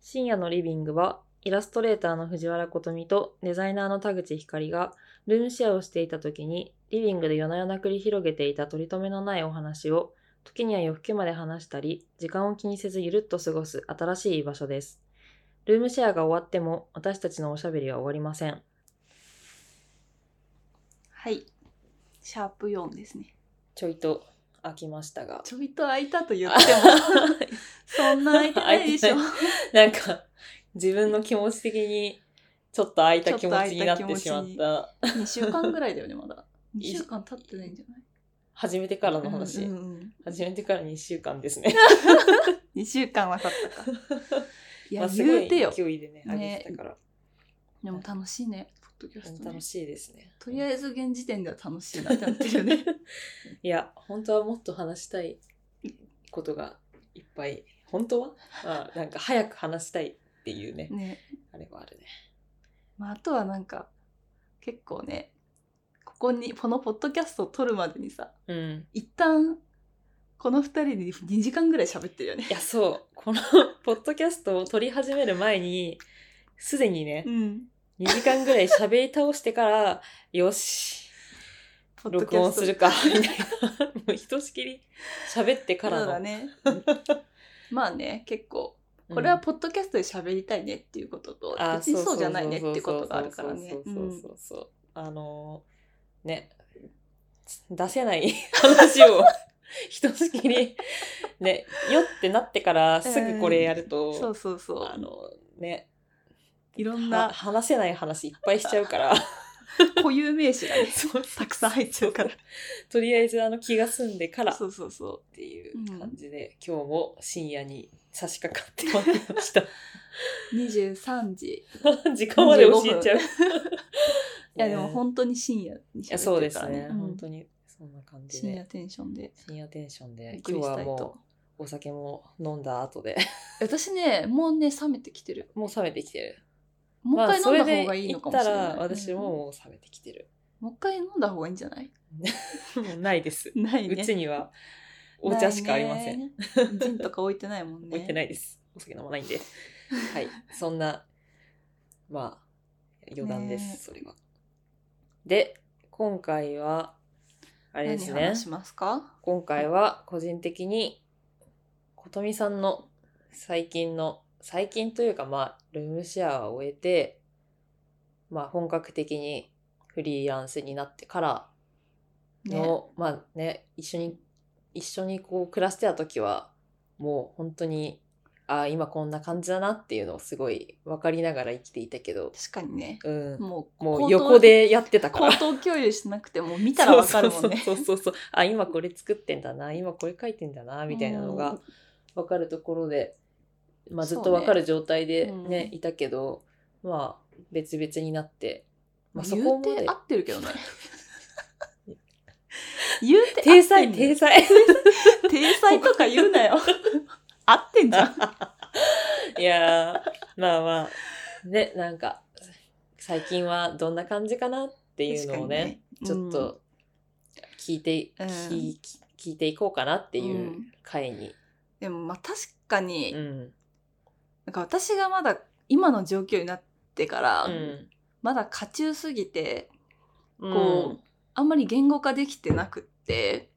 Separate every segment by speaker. Speaker 1: 深夜のリビングは、イラストレーターの藤原琴美とデザイナーの田口光がルームシェアをしていた時に、リビングで夜な夜な繰り広げていた取り留めのないお話を、時には夜更けまで話したり、時間を気にせずゆるっと過ごす新しい居場所です。ルームシェアが終わっても、私たちのおしゃべりは終わりません。
Speaker 2: はい。シャープ4ですね。
Speaker 1: ちょいと飽きましたが。
Speaker 2: ちょびっと空いたと言っても、 そんな空いてないでしょ。
Speaker 1: なんか、自分の気持ち的に、ちょっと空いた気持ちになってしまっ
Speaker 2: ちょっと空い
Speaker 1: た。
Speaker 2: 2週間ぐらいだよね、ま だ。2週間経ってないんじゃない
Speaker 1: 初めてからの話。
Speaker 2: うんうんうん
Speaker 1: 初めてから2週間ですね。
Speaker 2: 2週間は経ったか。 い
Speaker 1: ま
Speaker 2: や、
Speaker 1: あすご
Speaker 2: 言
Speaker 1: いう
Speaker 2: てよ。
Speaker 1: 勢いでね、あげ
Speaker 2: ね
Speaker 1: てたから。
Speaker 2: でも楽しいね、ポッドキャスト、ね
Speaker 1: 楽。しいですね。
Speaker 2: とりあえず現時点では楽しいなってなってる よね。
Speaker 1: いや、本当はもっと話したいことがいっぱい。本当はあ なんか早く話したいっていうね、
Speaker 2: ね。
Speaker 1: あれはあるね。
Speaker 2: まあ、あとはなんか、結構ね、ここに、このポッドキャストを撮るまでにさ、
Speaker 1: うん。
Speaker 2: 一旦、この2人で2時間ぐらい喋ってるよね
Speaker 1: い。や、そう。この、 ポッドキャストを撮り始める前に、すでにね
Speaker 2: う、ん。
Speaker 1: 2時間ぐらい喋り倒してから、よし、
Speaker 2: ポッドキ
Speaker 1: 録
Speaker 2: ャ
Speaker 1: 音
Speaker 2: スト
Speaker 1: するか、みたいな。もうひとしきり喋ってから
Speaker 2: そ
Speaker 1: の。
Speaker 2: うだね。 まあね、結構、
Speaker 1: うん
Speaker 2: これはポッドキャストで喋りたいねっていうことと、
Speaker 1: あ
Speaker 2: 別にそうじゃないねってことがあるからね
Speaker 1: そう。そううんそうそうそう。あのーね、出せない話を ひとしきり、ね、よってなってからすぐこれやると、
Speaker 2: そうそうそう
Speaker 1: あのね、
Speaker 2: いろん
Speaker 1: は
Speaker 2: な
Speaker 1: 話せない話いっぱいしちゃう から、
Speaker 2: 固有名詞がね、
Speaker 1: そう
Speaker 2: たくさん入っちゃうから。
Speaker 1: とりあえずあの気が済んでからっ
Speaker 2: そうそうそ
Speaker 1: ていう感じで、今日も深夜に差し掛かってまいりました。
Speaker 2: う。23時。い
Speaker 1: 時間まで教えち ゃう。い
Speaker 2: やでも本当に深夜に
Speaker 1: いや
Speaker 2: 喋
Speaker 1: そ
Speaker 2: っ
Speaker 1: う
Speaker 2: て
Speaker 1: で
Speaker 2: るか
Speaker 1: す
Speaker 2: ら
Speaker 1: ね、
Speaker 2: ね。うん
Speaker 1: 本当にそんな感じ
Speaker 2: 深夜
Speaker 1: で
Speaker 2: テンションで。
Speaker 1: 深夜テンション
Speaker 2: お
Speaker 1: で
Speaker 2: 送
Speaker 1: 今
Speaker 2: り
Speaker 1: 日
Speaker 2: し
Speaker 1: は
Speaker 2: たい
Speaker 1: も
Speaker 2: と
Speaker 1: うお酒も飲んだ後で
Speaker 2: 私ね、もうね、冷めてきてる。
Speaker 1: もう冷めてきてる
Speaker 2: もう一回飲んだ方がいいのかもしれない。
Speaker 1: まあそれで言ったら私も
Speaker 2: うん
Speaker 1: もう冷めてきて る、
Speaker 2: もう一回飲んだ方がいいんじゃない
Speaker 1: もうないです、
Speaker 2: ないね。
Speaker 1: うちにはお茶しかありません、
Speaker 2: ん。ジンとか置いてないもんね。
Speaker 1: 置いてないですお酒飲まないんで はいそんなまあ余談です、
Speaker 2: ね
Speaker 1: それはで今回はあれです
Speaker 2: 何
Speaker 1: ね
Speaker 2: 話しますか？
Speaker 1: 今回は個人的にことみさんの最近の最近というかまあルームシェアを終えてまあ本格的にフリーランスになってから
Speaker 2: ね、
Speaker 1: の、まあね一緒に一緒にこう暮らしてた時はもう本当にああ今こんな感じだなっていうのをすごい分かりながら生きていたけど、
Speaker 2: 確かにね。
Speaker 1: うん、
Speaker 2: もう
Speaker 1: も
Speaker 2: 口頭
Speaker 1: う横でやってたから
Speaker 2: 口頭共有しなくても見たらわかるもんね。
Speaker 1: そうそうそうそうそうあ今これ作ってんだな今これ書いてんだなみたいなの
Speaker 2: う
Speaker 1: が
Speaker 2: ん
Speaker 1: 分かるところで、まあ、ずっ
Speaker 2: そ
Speaker 1: と
Speaker 2: うね
Speaker 1: 分かる状態で
Speaker 2: うん
Speaker 1: ねいたけどまあ別々になって、まあ、そ
Speaker 2: 言
Speaker 1: こ
Speaker 2: う
Speaker 1: ま
Speaker 2: て
Speaker 1: で
Speaker 2: 合ってるけど ね。言うて
Speaker 1: 体裁
Speaker 2: 体
Speaker 1: 体裁
Speaker 2: 体裁とか言うなよ。合って んじゃん。
Speaker 1: いやーまあまあねなんか最近はどんな感じかなっていうのをねち
Speaker 2: 確かに
Speaker 1: ょ
Speaker 2: ね
Speaker 1: っと聞いて、
Speaker 2: うん
Speaker 1: 聞聞いていこうかなっていうんう回に、
Speaker 2: でもまあ確かに、
Speaker 1: うん
Speaker 2: なんか私がまだ今の状況になってから、
Speaker 1: うん
Speaker 2: まだ過中すぎて
Speaker 1: うん
Speaker 2: こう、あんまり言語化できてなくって。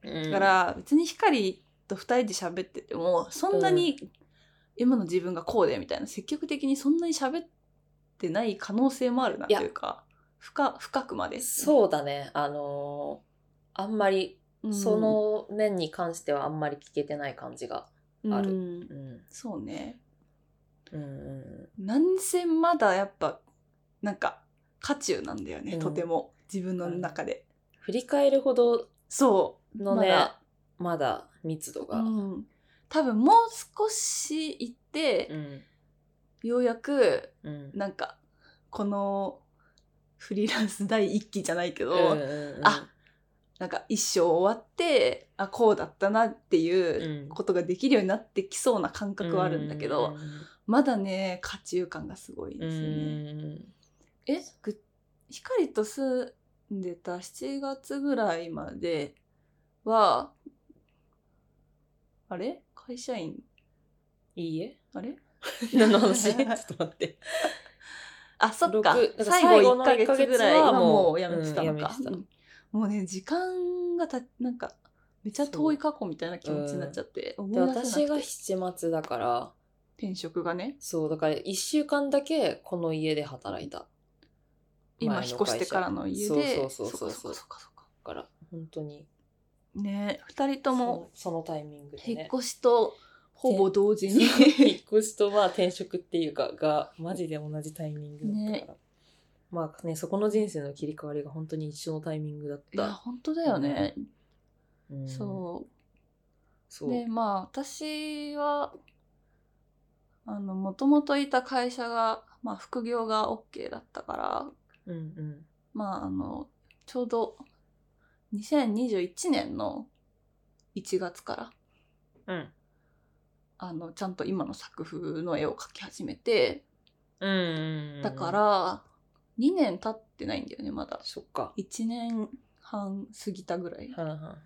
Speaker 2: だか
Speaker 1: から
Speaker 2: 別に光と2人で喋っててもそんなに今の自分がこうでみたいな積極的にそんなに喋ってない可能性もあるなというか深深くまで
Speaker 1: そうだねあのーあんまり
Speaker 2: うん、
Speaker 1: その面に関してはあんまり聞けてない感じが、ある
Speaker 2: うん
Speaker 1: うん、
Speaker 2: そうね
Speaker 1: うんうん
Speaker 2: なんせまだやっぱなんか渦中なんだよね、
Speaker 1: うん
Speaker 2: とても自分の中で、
Speaker 1: 振り返るほど
Speaker 2: そう
Speaker 1: のねまだ密度
Speaker 2: ま
Speaker 1: が、
Speaker 2: だ、うん、多分もう少し行って
Speaker 1: う、ん
Speaker 2: ようやく
Speaker 1: うん
Speaker 2: なんかこのフリーランス第一期じゃないけど、
Speaker 1: うんうんうん
Speaker 2: あなんか一生終わってあこうだったなっていううんことができるようになってきそうな感覚はあるんだけど、
Speaker 1: うん
Speaker 2: まだね価値有感がすごい
Speaker 1: うんう
Speaker 2: ですよね。
Speaker 1: ん
Speaker 2: えぐ光と住んでた7月ぐらいまではあれ会社員
Speaker 1: いいえ
Speaker 2: あれ
Speaker 1: 何の話 ちょっと待って。
Speaker 2: あそっか
Speaker 1: 六だから
Speaker 2: 最
Speaker 1: 最後
Speaker 2: 後1
Speaker 1: の
Speaker 2: ヶ月ぐら
Speaker 1: 一
Speaker 2: い
Speaker 1: ヶ月
Speaker 2: は
Speaker 1: はもう
Speaker 2: もうやめてた
Speaker 1: うんや
Speaker 2: の
Speaker 1: め
Speaker 2: か
Speaker 1: て、た
Speaker 2: うんもうね時間がたなんかめちゃ遠い過去みたいな気持ちになっちゃって、
Speaker 1: で
Speaker 2: 思い出せ
Speaker 1: 私が
Speaker 2: なくて
Speaker 1: 七末だから、
Speaker 2: 転職がね
Speaker 1: そう、だから1週間だけこの家で働いた。
Speaker 2: 今
Speaker 1: 前
Speaker 2: 引
Speaker 1: の会
Speaker 2: っ越
Speaker 1: 社
Speaker 2: してからの家で
Speaker 1: そうそうそうそうそう
Speaker 2: っかっかそっか
Speaker 1: だから、本当に。
Speaker 2: ね二人とも
Speaker 1: そのそのタイミングで、
Speaker 2: 引っ
Speaker 1: ね。
Speaker 2: 越しとほぼ同時に
Speaker 1: 引っ越しとまあ転職っていうかがマジで同じタイミングだったから、まあねそこの人生の切り替わりが本当に一緒のタイミングだっ
Speaker 2: いや
Speaker 1: た、
Speaker 2: 本当だよね、
Speaker 1: うん
Speaker 2: そう
Speaker 1: そう、
Speaker 2: でまあ私はあのもともといた会社が、まあ、副業が OK だったから
Speaker 1: うんうん
Speaker 2: まああのちょうど2021年の1月から
Speaker 1: うん
Speaker 2: あのちゃんと今の作風の絵を描き始めて
Speaker 1: うんうんうん
Speaker 2: だから2年経ってないんだよねまだ
Speaker 1: そっか
Speaker 2: 1年半過ぎたぐらい
Speaker 1: はんはんはんはん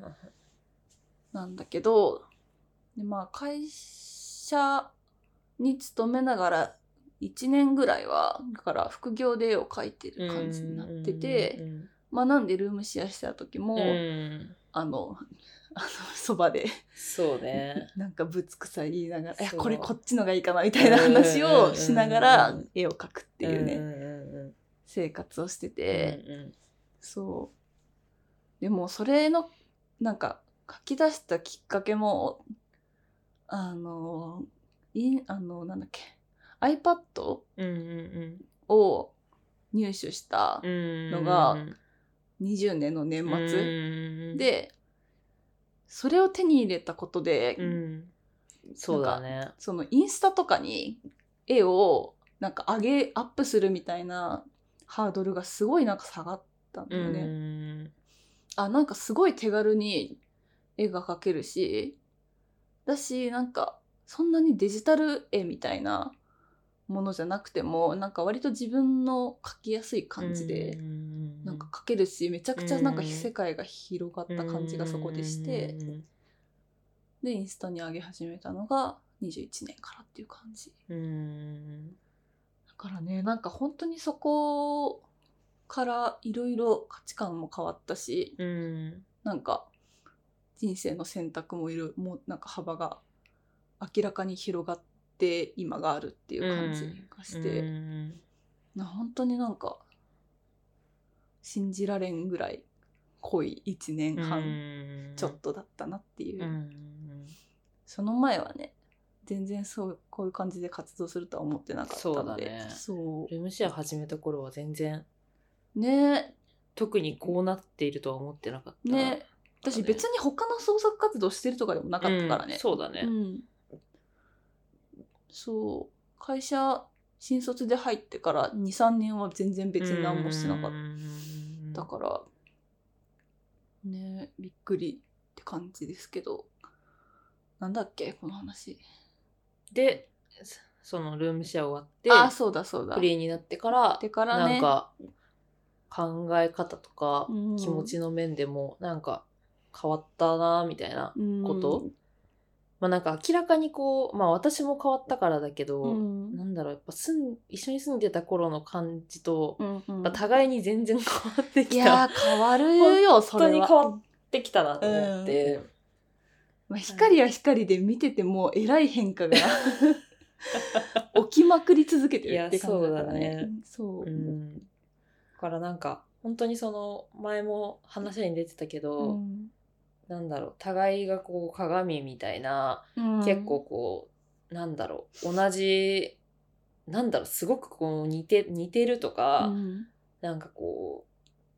Speaker 2: なんだけどでまあ会社に勤めながら1年ぐらいはだから副業で絵を描いてる感じになってて、
Speaker 1: うんうん
Speaker 2: まあなんでルームシェアしてた時も、
Speaker 1: うんうん
Speaker 2: あのあのそばで
Speaker 1: そうね
Speaker 2: なんかぶつくさ言いながら「いや
Speaker 1: そう
Speaker 2: これこっちのがいいかな」みたいな話をしなが
Speaker 1: うん
Speaker 2: ら
Speaker 1: うんうん
Speaker 2: 絵を描くっていうね、
Speaker 1: んうんうん
Speaker 2: 生活をして
Speaker 1: うん
Speaker 2: て、
Speaker 1: うん
Speaker 2: そうでもそれのなんか書き出したきっかけもあのいあのなんだっけ iPad
Speaker 1: うんうん
Speaker 2: を入手した
Speaker 1: うんうん
Speaker 2: のが20年の年末、
Speaker 1: 末、
Speaker 2: でそれを手に入れたことで、
Speaker 1: うん、そうだね
Speaker 2: そのインスタとかに絵をなんか上げアップするみたいなハードルがすごいなんか下がったんだよね。
Speaker 1: うん
Speaker 2: あなんかすごい手軽に絵が描けるしだしなんかそんなにデジタル絵みたいなものじゃなくてもなんか割と自分の描きやすい感じで
Speaker 1: う、ん
Speaker 2: なんか描けるしめちゃくちゃなんか
Speaker 1: うん
Speaker 2: 世界が広がった感じがそこでして、でインスタに上げ始めたのが21年からっていう感じ
Speaker 1: うんうん
Speaker 2: だからねなんか本当にそこからいろいろ価値観も変わったし
Speaker 1: うんうん
Speaker 2: なんか人生の選択もいろもうなんか幅が明らかに広がって今があるっていう感じがして、
Speaker 1: うん
Speaker 2: な本当になんか信じられんぐらい濃い1年半ちょっとだったなっていう、
Speaker 1: うん
Speaker 2: その前はね全然そうこういう感じで活動するとは思ってなかったので
Speaker 1: そうだね
Speaker 2: そ
Speaker 1: ルームシェア始めた頃は全然
Speaker 2: うね
Speaker 1: 特にこうなっているとは思ってなかった
Speaker 2: ね私
Speaker 1: ね
Speaker 2: 別に他の創作活動してるとかでもなかったからね、
Speaker 1: うんそうだね
Speaker 2: うん、そう会社新卒で入ってから23年は全然別に何もしてなかっ
Speaker 1: った
Speaker 2: から、ねびっくりって感じですけどなんだっけこの話
Speaker 1: でそのルームシェア終わって
Speaker 2: あそうだそうだ
Speaker 1: フリーになってから
Speaker 2: でからね
Speaker 1: なんか考え方とか
Speaker 2: うん
Speaker 1: 気持ちの面でもなんか変わったなみたいなことまあなんか明らかにこうまあ私も変わったからだけど、
Speaker 2: うん
Speaker 1: なんだろうやっぱ住ん一緒に住んでた頃の感じと、
Speaker 2: うんうん
Speaker 1: やっぱ互いに全然変わって
Speaker 2: い
Speaker 1: きた
Speaker 2: やー変わるよそ
Speaker 1: 本当
Speaker 2: れ
Speaker 1: に
Speaker 2: は
Speaker 1: 変わってきたなと思って、
Speaker 2: まあ、光は光で見ててもえらい 変化が起きまくり続けてるって感じだから
Speaker 1: いや
Speaker 2: ね
Speaker 1: そうだね。
Speaker 2: そうう。
Speaker 1: んだからなんか本当にその前も話に出てたけど、なんだろう互いがこう鏡みたいな、
Speaker 2: うん
Speaker 1: 結構こうなんだろう同じなんだろうすごくこう似て似てるとか、
Speaker 2: うん
Speaker 1: なんかこ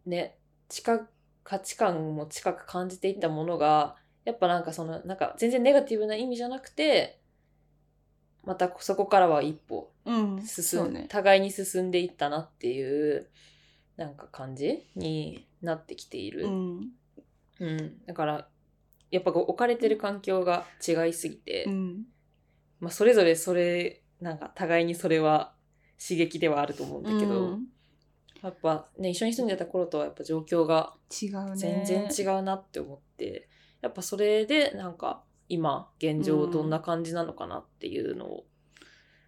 Speaker 1: うね近く価値観も近く感じていったものがやっぱなんかそのなんか全然ネガティブな意味じゃなくてまたそこからは一歩
Speaker 2: うん
Speaker 1: 進、
Speaker 2: そうんね
Speaker 1: 互いに進んでいったなっていうなんか感じになってきている、
Speaker 2: うん
Speaker 1: うんだからやっぱこう置かれてる環境が違いすぎて、
Speaker 2: うん
Speaker 1: まあ、それぞれそれなんか互いにそれは刺激ではあると思うんだけど、
Speaker 2: うん
Speaker 1: やっぱね一緒に住んでた頃とはやっぱ状況が
Speaker 2: 違うね。
Speaker 1: 全然違うなって思って、やっぱそれでなんか今現状どんな感じなのかなっていうのを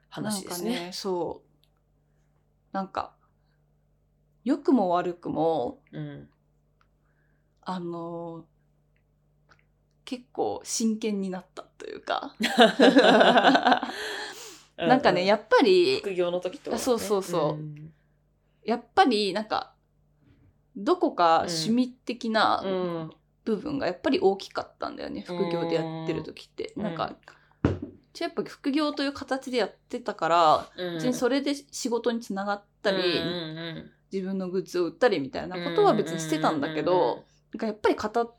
Speaker 1: 話です
Speaker 2: なんか
Speaker 1: ね。
Speaker 2: ねそうなんか良くも悪くも
Speaker 1: うん。
Speaker 2: あの結構真剣になったとい うか なんかねや
Speaker 1: っ
Speaker 2: っぱり
Speaker 1: 副業の時とかね、
Speaker 2: あそうそうそう
Speaker 1: うん
Speaker 2: やっぱりなんかどこか
Speaker 1: うん
Speaker 2: 趣味的
Speaker 1: う
Speaker 2: なん部分がやっぱり大きかったんだよね、副業でやってる時って、
Speaker 1: うん
Speaker 2: なんかやっぱ副業という形でやってたから、
Speaker 1: うん
Speaker 2: 別にそれで仕事につながったり、
Speaker 1: うんうん
Speaker 2: 自分のグッズを売ったりみたいなことは別にしてたんだけど、なんかやっぱり片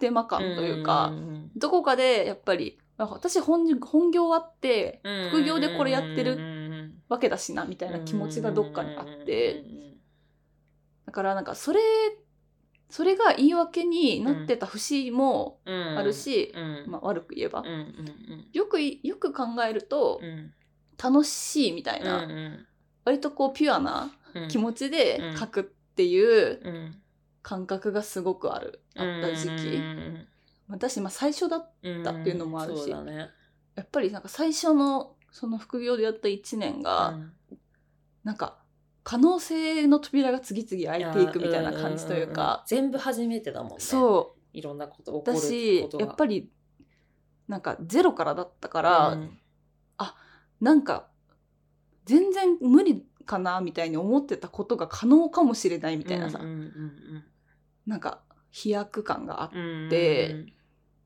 Speaker 2: 手間感というか、
Speaker 1: んん
Speaker 2: どこかでやっぱりあ私本本業あって
Speaker 1: うん
Speaker 2: 副業でこれやってる
Speaker 1: うんうん
Speaker 2: わけだしなみたいな気持ちがどっかにあって、
Speaker 1: うんうんうん
Speaker 2: だからなんかそれそれが言い訳になってた節も
Speaker 1: うん
Speaker 2: あるし、
Speaker 1: うん
Speaker 2: まあ、悪く言えば、
Speaker 1: うんうん
Speaker 2: よくいよく考えると
Speaker 1: うんうん
Speaker 2: 楽しいみたいな、
Speaker 1: うん
Speaker 2: 割とこうピュアな
Speaker 1: うん
Speaker 2: 気持ちで
Speaker 1: うん
Speaker 2: 書くっていう
Speaker 1: うん
Speaker 2: 感覚がすごくあるあった時期、
Speaker 1: うん
Speaker 2: 私まあ最初だ
Speaker 1: うん
Speaker 2: だっていうのもあるし
Speaker 1: そうだね
Speaker 2: やっぱりなんか最初のその副業でやった1年が、
Speaker 1: うん
Speaker 2: なんか可能性の扉が次々開いていくみたいな感じという
Speaker 1: やんんん
Speaker 2: か、
Speaker 1: 全部初めてだもんねう
Speaker 2: そう
Speaker 1: いろんなこと起こる
Speaker 2: だし
Speaker 1: ことが
Speaker 2: やっぱりなんかゼロからだったから、
Speaker 1: うん
Speaker 2: なんか全然無理かなみたいに思ってたことが可能かもしれないみたいなさ、
Speaker 1: うんうんうん
Speaker 2: なんか飛躍感があっ
Speaker 1: うん
Speaker 2: で
Speaker 1: うん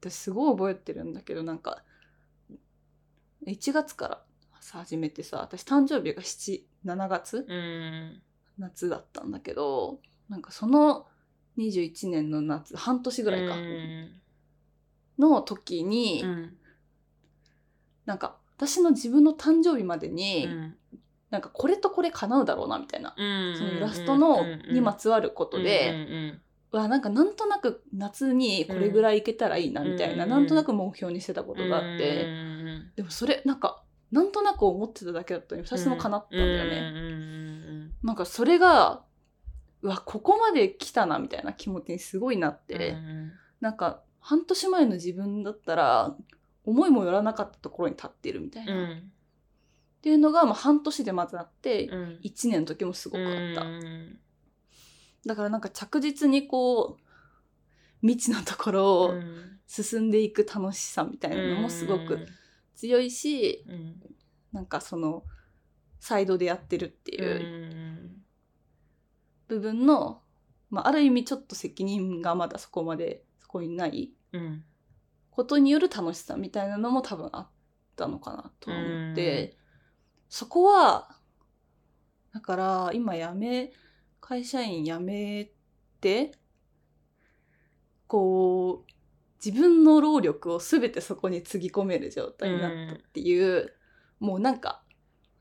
Speaker 2: てすごい覚えてるんだけどなんか1月からさ始めてさ私誕生日が77月
Speaker 1: うん
Speaker 2: 夏だったんだけどなんかその21年の夏半年ぐらいか、
Speaker 1: うん
Speaker 2: の時に、
Speaker 1: うん
Speaker 2: なんか私の自分の誕生日までに、
Speaker 1: うん
Speaker 2: なんかこれとこれ叶うだろうなみたいな、
Speaker 1: うん
Speaker 2: そのイラストのにま
Speaker 1: こ
Speaker 2: つわることで、
Speaker 1: うんうん
Speaker 2: うわなんかなんとなく夏にこれぐらい行けたらいいなみたいな、
Speaker 1: うん
Speaker 2: なんとなく目標にしてたことがあって、
Speaker 1: うん
Speaker 2: でもそれなんかなんとなく思ってただけだったのに2つも叶ったんだよね、
Speaker 1: うんうん
Speaker 2: なんかそれがうわここまで来たなみたいな気持ちにすごいなって、
Speaker 1: うんうん
Speaker 2: なんか半年前の自分だったら思いもよらなかったところに立っているみたいな、
Speaker 1: う
Speaker 2: っ
Speaker 1: ん
Speaker 2: ていうのが、まあ、半年でまずあって、
Speaker 1: うん
Speaker 2: 1年の時もすごくあった、
Speaker 1: うん
Speaker 2: だからなんか着実にこう未知のところを、
Speaker 1: うん
Speaker 2: 進んでいく楽しさみたいなのもすごく強いし、
Speaker 1: うん
Speaker 2: なんかそのサイドでやってるって
Speaker 1: う
Speaker 2: いうん部分の、まあ、ある意味ちょっと責任がまだそこまでそこにない
Speaker 1: うん
Speaker 2: ことによる楽しさみたいなのも多分あったのかなとは思って、そこはだから今辞め会社員辞めてこう自分の労力を全てそこにつぎ込める状態になったっていう、もうなんか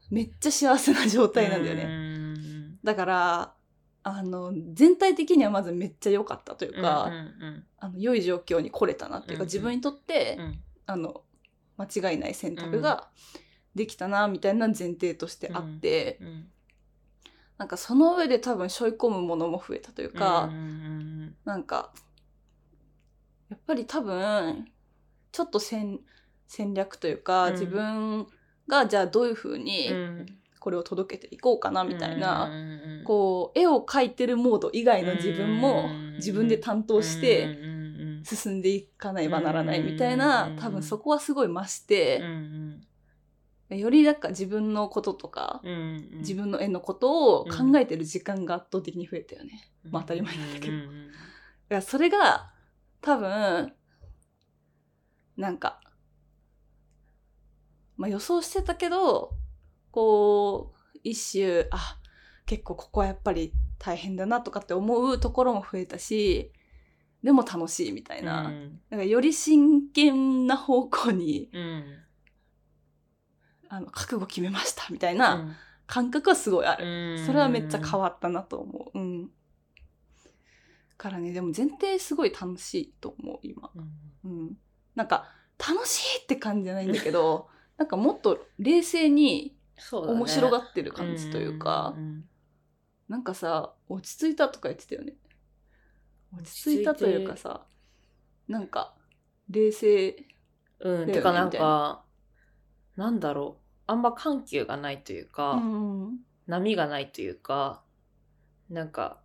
Speaker 2: めっちゃ幸せな状態なんだよね、
Speaker 1: ね
Speaker 2: だからあの全体的にはまずめっちゃ良かったというか、
Speaker 1: うん
Speaker 2: あの良い状況に来れたなっていう
Speaker 1: うんう
Speaker 2: か、
Speaker 1: ん
Speaker 2: 自分にとって、
Speaker 1: うん
Speaker 2: あの間違いない選択ができたなみたいな前提としてあって、
Speaker 1: うん
Speaker 2: なんかその上で多分背負い込むものも増えたというか、
Speaker 1: うん
Speaker 2: なんかやっぱり多分ちょっと戦戦略というか、
Speaker 1: うん
Speaker 2: 自分がじゃあどういうふうに
Speaker 1: うん
Speaker 2: これを届けていこうかなみたいな、
Speaker 1: うん
Speaker 2: こう絵を描いてるモード以外の自分も
Speaker 1: うん
Speaker 2: 自分で担当して進んでいかねばならないみたいな、
Speaker 1: うん
Speaker 2: 多分そこはすごい増して。
Speaker 1: うん
Speaker 2: よりなんか自分のこととか、
Speaker 1: うん
Speaker 2: 自分の絵のことを
Speaker 1: うん
Speaker 2: 考えてる時間が圧倒的に増えたよね。まあ当たり前なんだけど
Speaker 1: うんうん
Speaker 2: だからそれが多分なんか、まあ、予想してたけどこう一種あ結構ここはやっぱり大変だなとかって思うところも増えたしでも楽しいみたいな,、
Speaker 1: うん
Speaker 2: なんかより真剣な方向に
Speaker 1: うん
Speaker 2: あの覚悟決めましたみたいな感覚はすごいある。
Speaker 1: うん
Speaker 2: それはめっちゃ変わったなと思う。うん。からね、でも前提すごい楽しいと思う、今。
Speaker 1: うん
Speaker 2: うん。なんか、楽しいって感じじゃないんだけ ど、なんかもっと冷静に
Speaker 1: そうだね
Speaker 2: 面白がってる感じというか、
Speaker 1: んん
Speaker 2: なんかさ、落ち着いたとか言ってたよね。落ち着いたというかさ、なんか、冷静。
Speaker 1: うん、
Speaker 2: だよね
Speaker 1: てかな
Speaker 2: み
Speaker 1: ん
Speaker 2: たい
Speaker 1: かなんだろうあんま緩急がないというか、
Speaker 2: うんうん
Speaker 1: 波がないというかなんか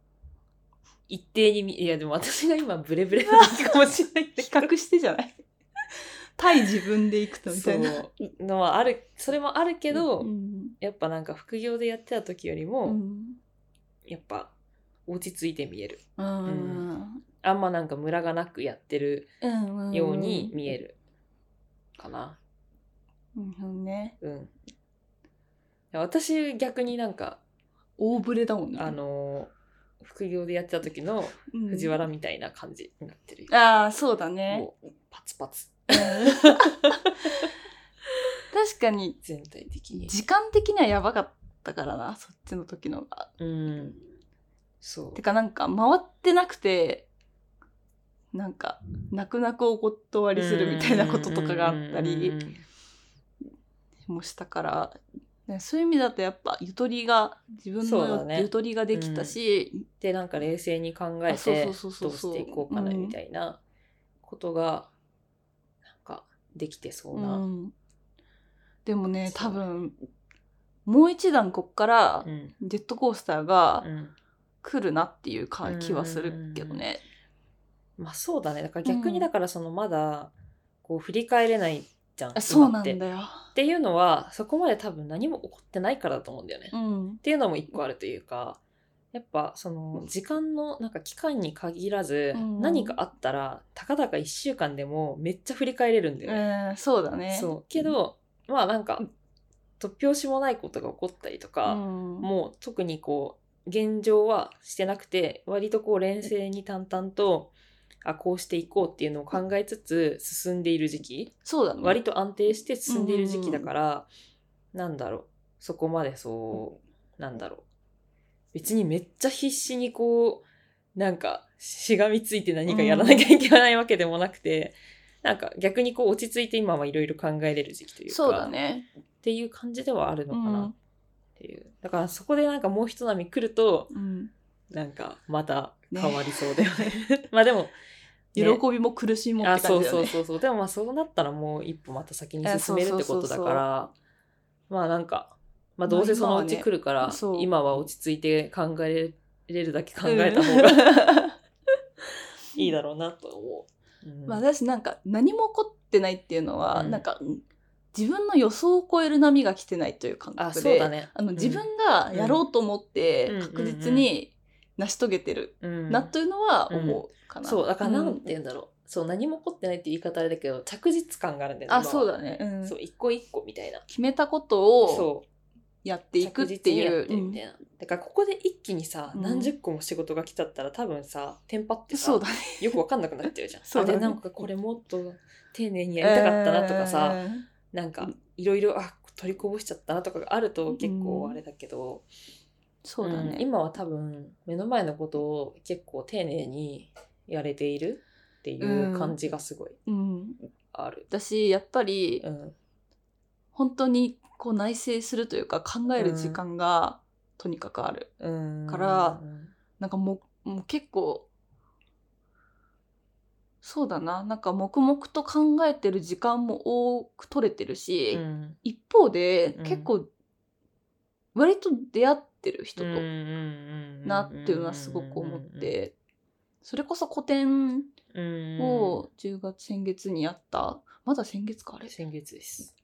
Speaker 1: 一定に見いやでも私が今ブレブレなだけかもしれないんだけ
Speaker 2: 比
Speaker 1: ど
Speaker 2: 較してじゃない 対自分でいくとみたいな。
Speaker 1: そうのはあるそれもあるけど、
Speaker 2: うん
Speaker 1: やっぱなんか副業でやってた時よりも、
Speaker 2: うん
Speaker 1: やっぱ落ち着いて見える
Speaker 2: うん
Speaker 1: あんまなんかムラがなくやってる
Speaker 2: うん
Speaker 1: ように見える、かな
Speaker 2: うんうんね
Speaker 1: うんいや私逆になんか、
Speaker 2: 大ぶれだもんね
Speaker 1: あのー副業でやってた時の
Speaker 2: うん
Speaker 1: 藤原みたいな感じになってる、
Speaker 2: ああそうだね
Speaker 1: もうパツパツ
Speaker 2: うん確かに
Speaker 1: 全体的に
Speaker 2: 時間的にはやばかったからなそっちの時のが
Speaker 1: うんそう
Speaker 2: てかなんか回ってなくてなんか泣く泣くお断りするみたいなこととかがあったり
Speaker 1: うん
Speaker 2: もしたから、ね、そういう意味だとやっぱゆとりが自分
Speaker 1: そうだ
Speaker 2: の
Speaker 1: ね
Speaker 2: ゆとりができたし、
Speaker 1: でなんか冷静に考え
Speaker 2: あそう
Speaker 1: てど
Speaker 2: そう
Speaker 1: う
Speaker 2: そうそうそう
Speaker 1: していこうかな
Speaker 2: うん
Speaker 1: みたいなことがなんかできてそう
Speaker 2: う
Speaker 1: な。
Speaker 2: んでもね
Speaker 1: そ
Speaker 2: 多
Speaker 1: うだ
Speaker 2: 分もう一段こっから
Speaker 1: うん
Speaker 2: ジェットコースターが
Speaker 1: うん
Speaker 2: 来るなっていうか気はするけどね。
Speaker 1: まあそうだねだから
Speaker 2: う
Speaker 1: 逆
Speaker 2: ん
Speaker 1: にだからそのまだこう振り返れないじゃん、
Speaker 2: あそうな
Speaker 1: 今って
Speaker 2: んだよ。
Speaker 1: っていうのはそこまで多分何も起こってないからだと思うんだよね。
Speaker 2: う
Speaker 1: っ
Speaker 2: ん
Speaker 1: ていうのも一個あるというかやっぱその時間のなんか期間に限らず
Speaker 2: うん
Speaker 1: 何かあったらたかだか1週間でもめっちゃ振り返れるんだよね。
Speaker 2: えーそうだね。
Speaker 1: そうけど、まあなんか突拍子もないことが起こったりと
Speaker 2: う
Speaker 1: か、
Speaker 2: ん
Speaker 1: もう特にこう現状はしてなくて割とこう冷静に淡々とあこうしていこうっていうのを考えつつ進んでいる時期
Speaker 2: そうだね。
Speaker 1: 割と安定して進んでいる時期だから、なんだろうそこまでそうなんだろう別にめっちゃ必死にこうなんかしがみついて何かやらなきゃいけないわけでもなくて、なんか逆にこう落ち着いて今はいろいろ考えれる時期というか
Speaker 2: そうだね。
Speaker 1: っていう感じではあるのか
Speaker 2: うん
Speaker 1: なっていう、だからそこでなんかもう一波来ると
Speaker 2: うん
Speaker 1: なんかまた変わりそうだよね まあでも、
Speaker 2: 喜
Speaker 1: ね
Speaker 2: びも苦しみもっ
Speaker 1: あ
Speaker 2: て
Speaker 1: そ
Speaker 2: 感
Speaker 1: う
Speaker 2: じだよ
Speaker 1: そう
Speaker 2: ね。
Speaker 1: そうそうでもまあそうなったらもう一歩また先に進めるってことだ
Speaker 2: えそうそうそうそう
Speaker 1: からまあなんか、まあ、
Speaker 2: まあ
Speaker 1: どうせそのうち来るか
Speaker 2: 今は
Speaker 1: ら
Speaker 2: ねそう
Speaker 1: 今は落ち着いて考えれるだけ考
Speaker 2: うん
Speaker 1: えた方が いいだろうなと思う。うん
Speaker 2: まあ、だしなんか何も起こってないっていうのは、
Speaker 1: うん
Speaker 2: なんかうん自分の予想を超える波が来てないという感
Speaker 1: あ
Speaker 2: 覚
Speaker 1: そう
Speaker 2: で
Speaker 1: だね。
Speaker 2: あの
Speaker 1: うん
Speaker 2: 自分がやろうと思って
Speaker 1: うん
Speaker 2: 確実に成し遂げてる
Speaker 1: うん
Speaker 2: なというのは思うかな。
Speaker 1: そうだからなんて
Speaker 2: う
Speaker 1: 言うんだろう、そう何も起こってないっていう言い方あれだけど着実感があるんだよね。
Speaker 2: あ
Speaker 1: 今は
Speaker 2: そうだね、うん
Speaker 1: そう一個一個みたいな。
Speaker 2: 決めたことを
Speaker 1: そう
Speaker 2: やっていくっていう
Speaker 1: 着実にやってみたいな、だからここで一気にさ
Speaker 2: うん
Speaker 1: 何十個も仕事が来ちゃったら多分さテンパっ
Speaker 2: う
Speaker 1: て
Speaker 2: ん
Speaker 1: さ
Speaker 2: そうだね。
Speaker 1: よくわかんなくなってるじゃん
Speaker 2: そうだね
Speaker 1: あでなんかこれもっと丁寧にやりたかったなとかさ、なんかいろいろあ取りこぼしちゃったなとかがあると結構あれだけど、
Speaker 2: そうだね。
Speaker 1: ん今は多分目の前のことを結構丁寧にやれているっていう感じがすごい
Speaker 2: うん、
Speaker 1: ある。
Speaker 2: 私やっぱり
Speaker 1: うん
Speaker 2: 本当にこう内省するというか考える時間がとにかくある。
Speaker 1: うん
Speaker 2: からなんかもうもう結構そうだななんか黙々と考えてる時間も多く取れてるし、
Speaker 1: うん
Speaker 2: 一方で
Speaker 1: うん
Speaker 2: 結構割と出会ってる人
Speaker 1: うん
Speaker 2: と
Speaker 1: うん
Speaker 2: なっていうのはすごく思ってそれこそ個展
Speaker 1: うん
Speaker 2: を10月先月にやったまだ先月かあれ
Speaker 1: 先月です。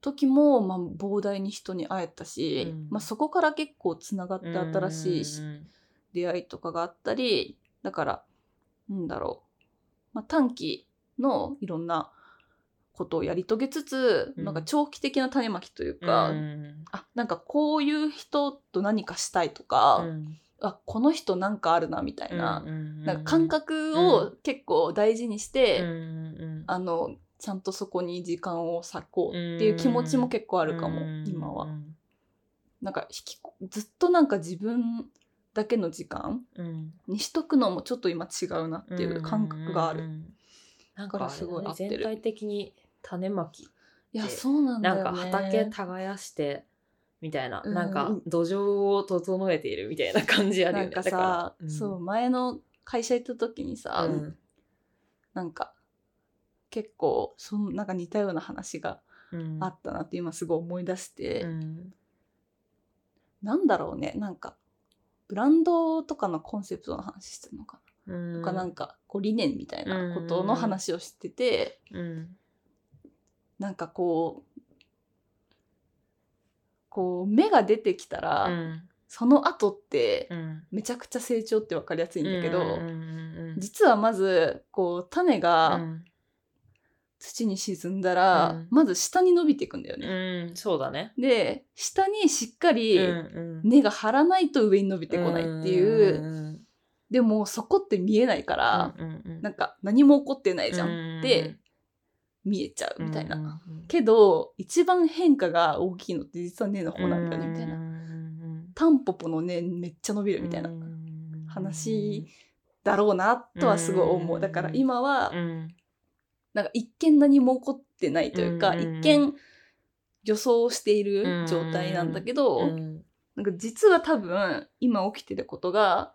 Speaker 2: 時も、まあ、膨大に人に会えたし、
Speaker 1: うん
Speaker 2: まあ、そこから結構つながって新しいし
Speaker 1: うん
Speaker 2: 出会いとかがあったりだからなんだろう、まあ、短期のいろんなことをやり遂げつつ、
Speaker 1: うん
Speaker 2: なんか長期的な種まきという
Speaker 1: うん
Speaker 2: か、
Speaker 1: うん
Speaker 2: あなんかこういう人と何かしたいとか、あこの人なんかあるなみたいな,、なんか感覚を結構大事にして、
Speaker 1: あ
Speaker 2: あのちゃんとそこに時間を割こうっていう気持ちも結構あるかも、今は。。なんか引きこずっとなんか自分だけの時間
Speaker 1: うん
Speaker 2: にしとくのもちょっと今違うなっていう感覚がある。。
Speaker 1: なん
Speaker 2: だ
Speaker 1: か
Speaker 2: か
Speaker 1: ら
Speaker 2: す
Speaker 1: すご
Speaker 2: ごい
Speaker 1: い
Speaker 2: 合ってる
Speaker 1: 全体的に種まき、
Speaker 2: いや
Speaker 1: で
Speaker 2: そうなんだ
Speaker 1: な
Speaker 2: よ、
Speaker 1: ん
Speaker 2: ね、
Speaker 1: か畑耕してみたいな、
Speaker 2: うん
Speaker 1: なんか土壌を整えているみたいな感じある
Speaker 2: な
Speaker 1: よ
Speaker 2: ん
Speaker 1: ね。
Speaker 2: か
Speaker 1: だ
Speaker 2: さ、
Speaker 1: ら
Speaker 2: そう前の会社行った時にさ、
Speaker 1: うん
Speaker 2: なんか結構そのなんか似たような話が
Speaker 1: うん
Speaker 2: あったなって今すごい思い出して、
Speaker 1: うん
Speaker 2: なんだろうねなんかブランドとかのコンセプトの話してるのか
Speaker 1: う
Speaker 2: な、
Speaker 1: ん
Speaker 2: とかなんかこう理念みたいなことの話をしてて、
Speaker 1: うん
Speaker 2: なんかこうこう芽が出てきたら、
Speaker 1: うん
Speaker 2: その後って
Speaker 1: うん
Speaker 2: めちゃくちゃ成長って分かりやすいんだけど、
Speaker 1: うんうんうん
Speaker 2: 実はまずこう種
Speaker 1: う
Speaker 2: が
Speaker 1: ん
Speaker 2: 土に沈んだら、
Speaker 1: うん
Speaker 2: まず下に伸びていくんだよね。
Speaker 1: うんそうだね。
Speaker 2: で下にしっかり
Speaker 1: うんうん
Speaker 2: 根が張らないと上に伸びてこないっていう、
Speaker 1: んん
Speaker 2: でもそこって見えないから、
Speaker 1: うんうんうん
Speaker 2: なんか何も起こってないじゃん、
Speaker 1: うん
Speaker 2: って見えちゃうみたいな。
Speaker 1: うんうん
Speaker 2: けど一番変化が大きいのって実は根の方なんだよねみたいな。タンポポの根めっちゃ伸びるみたいな話だろうなとはすごい思
Speaker 1: う
Speaker 2: うんだから今は
Speaker 1: うん
Speaker 2: なんか一見何も起こってないというか、
Speaker 1: うん
Speaker 2: 一見予想している状態なんだけど、
Speaker 1: うん
Speaker 2: なんか実は多分今起きてることが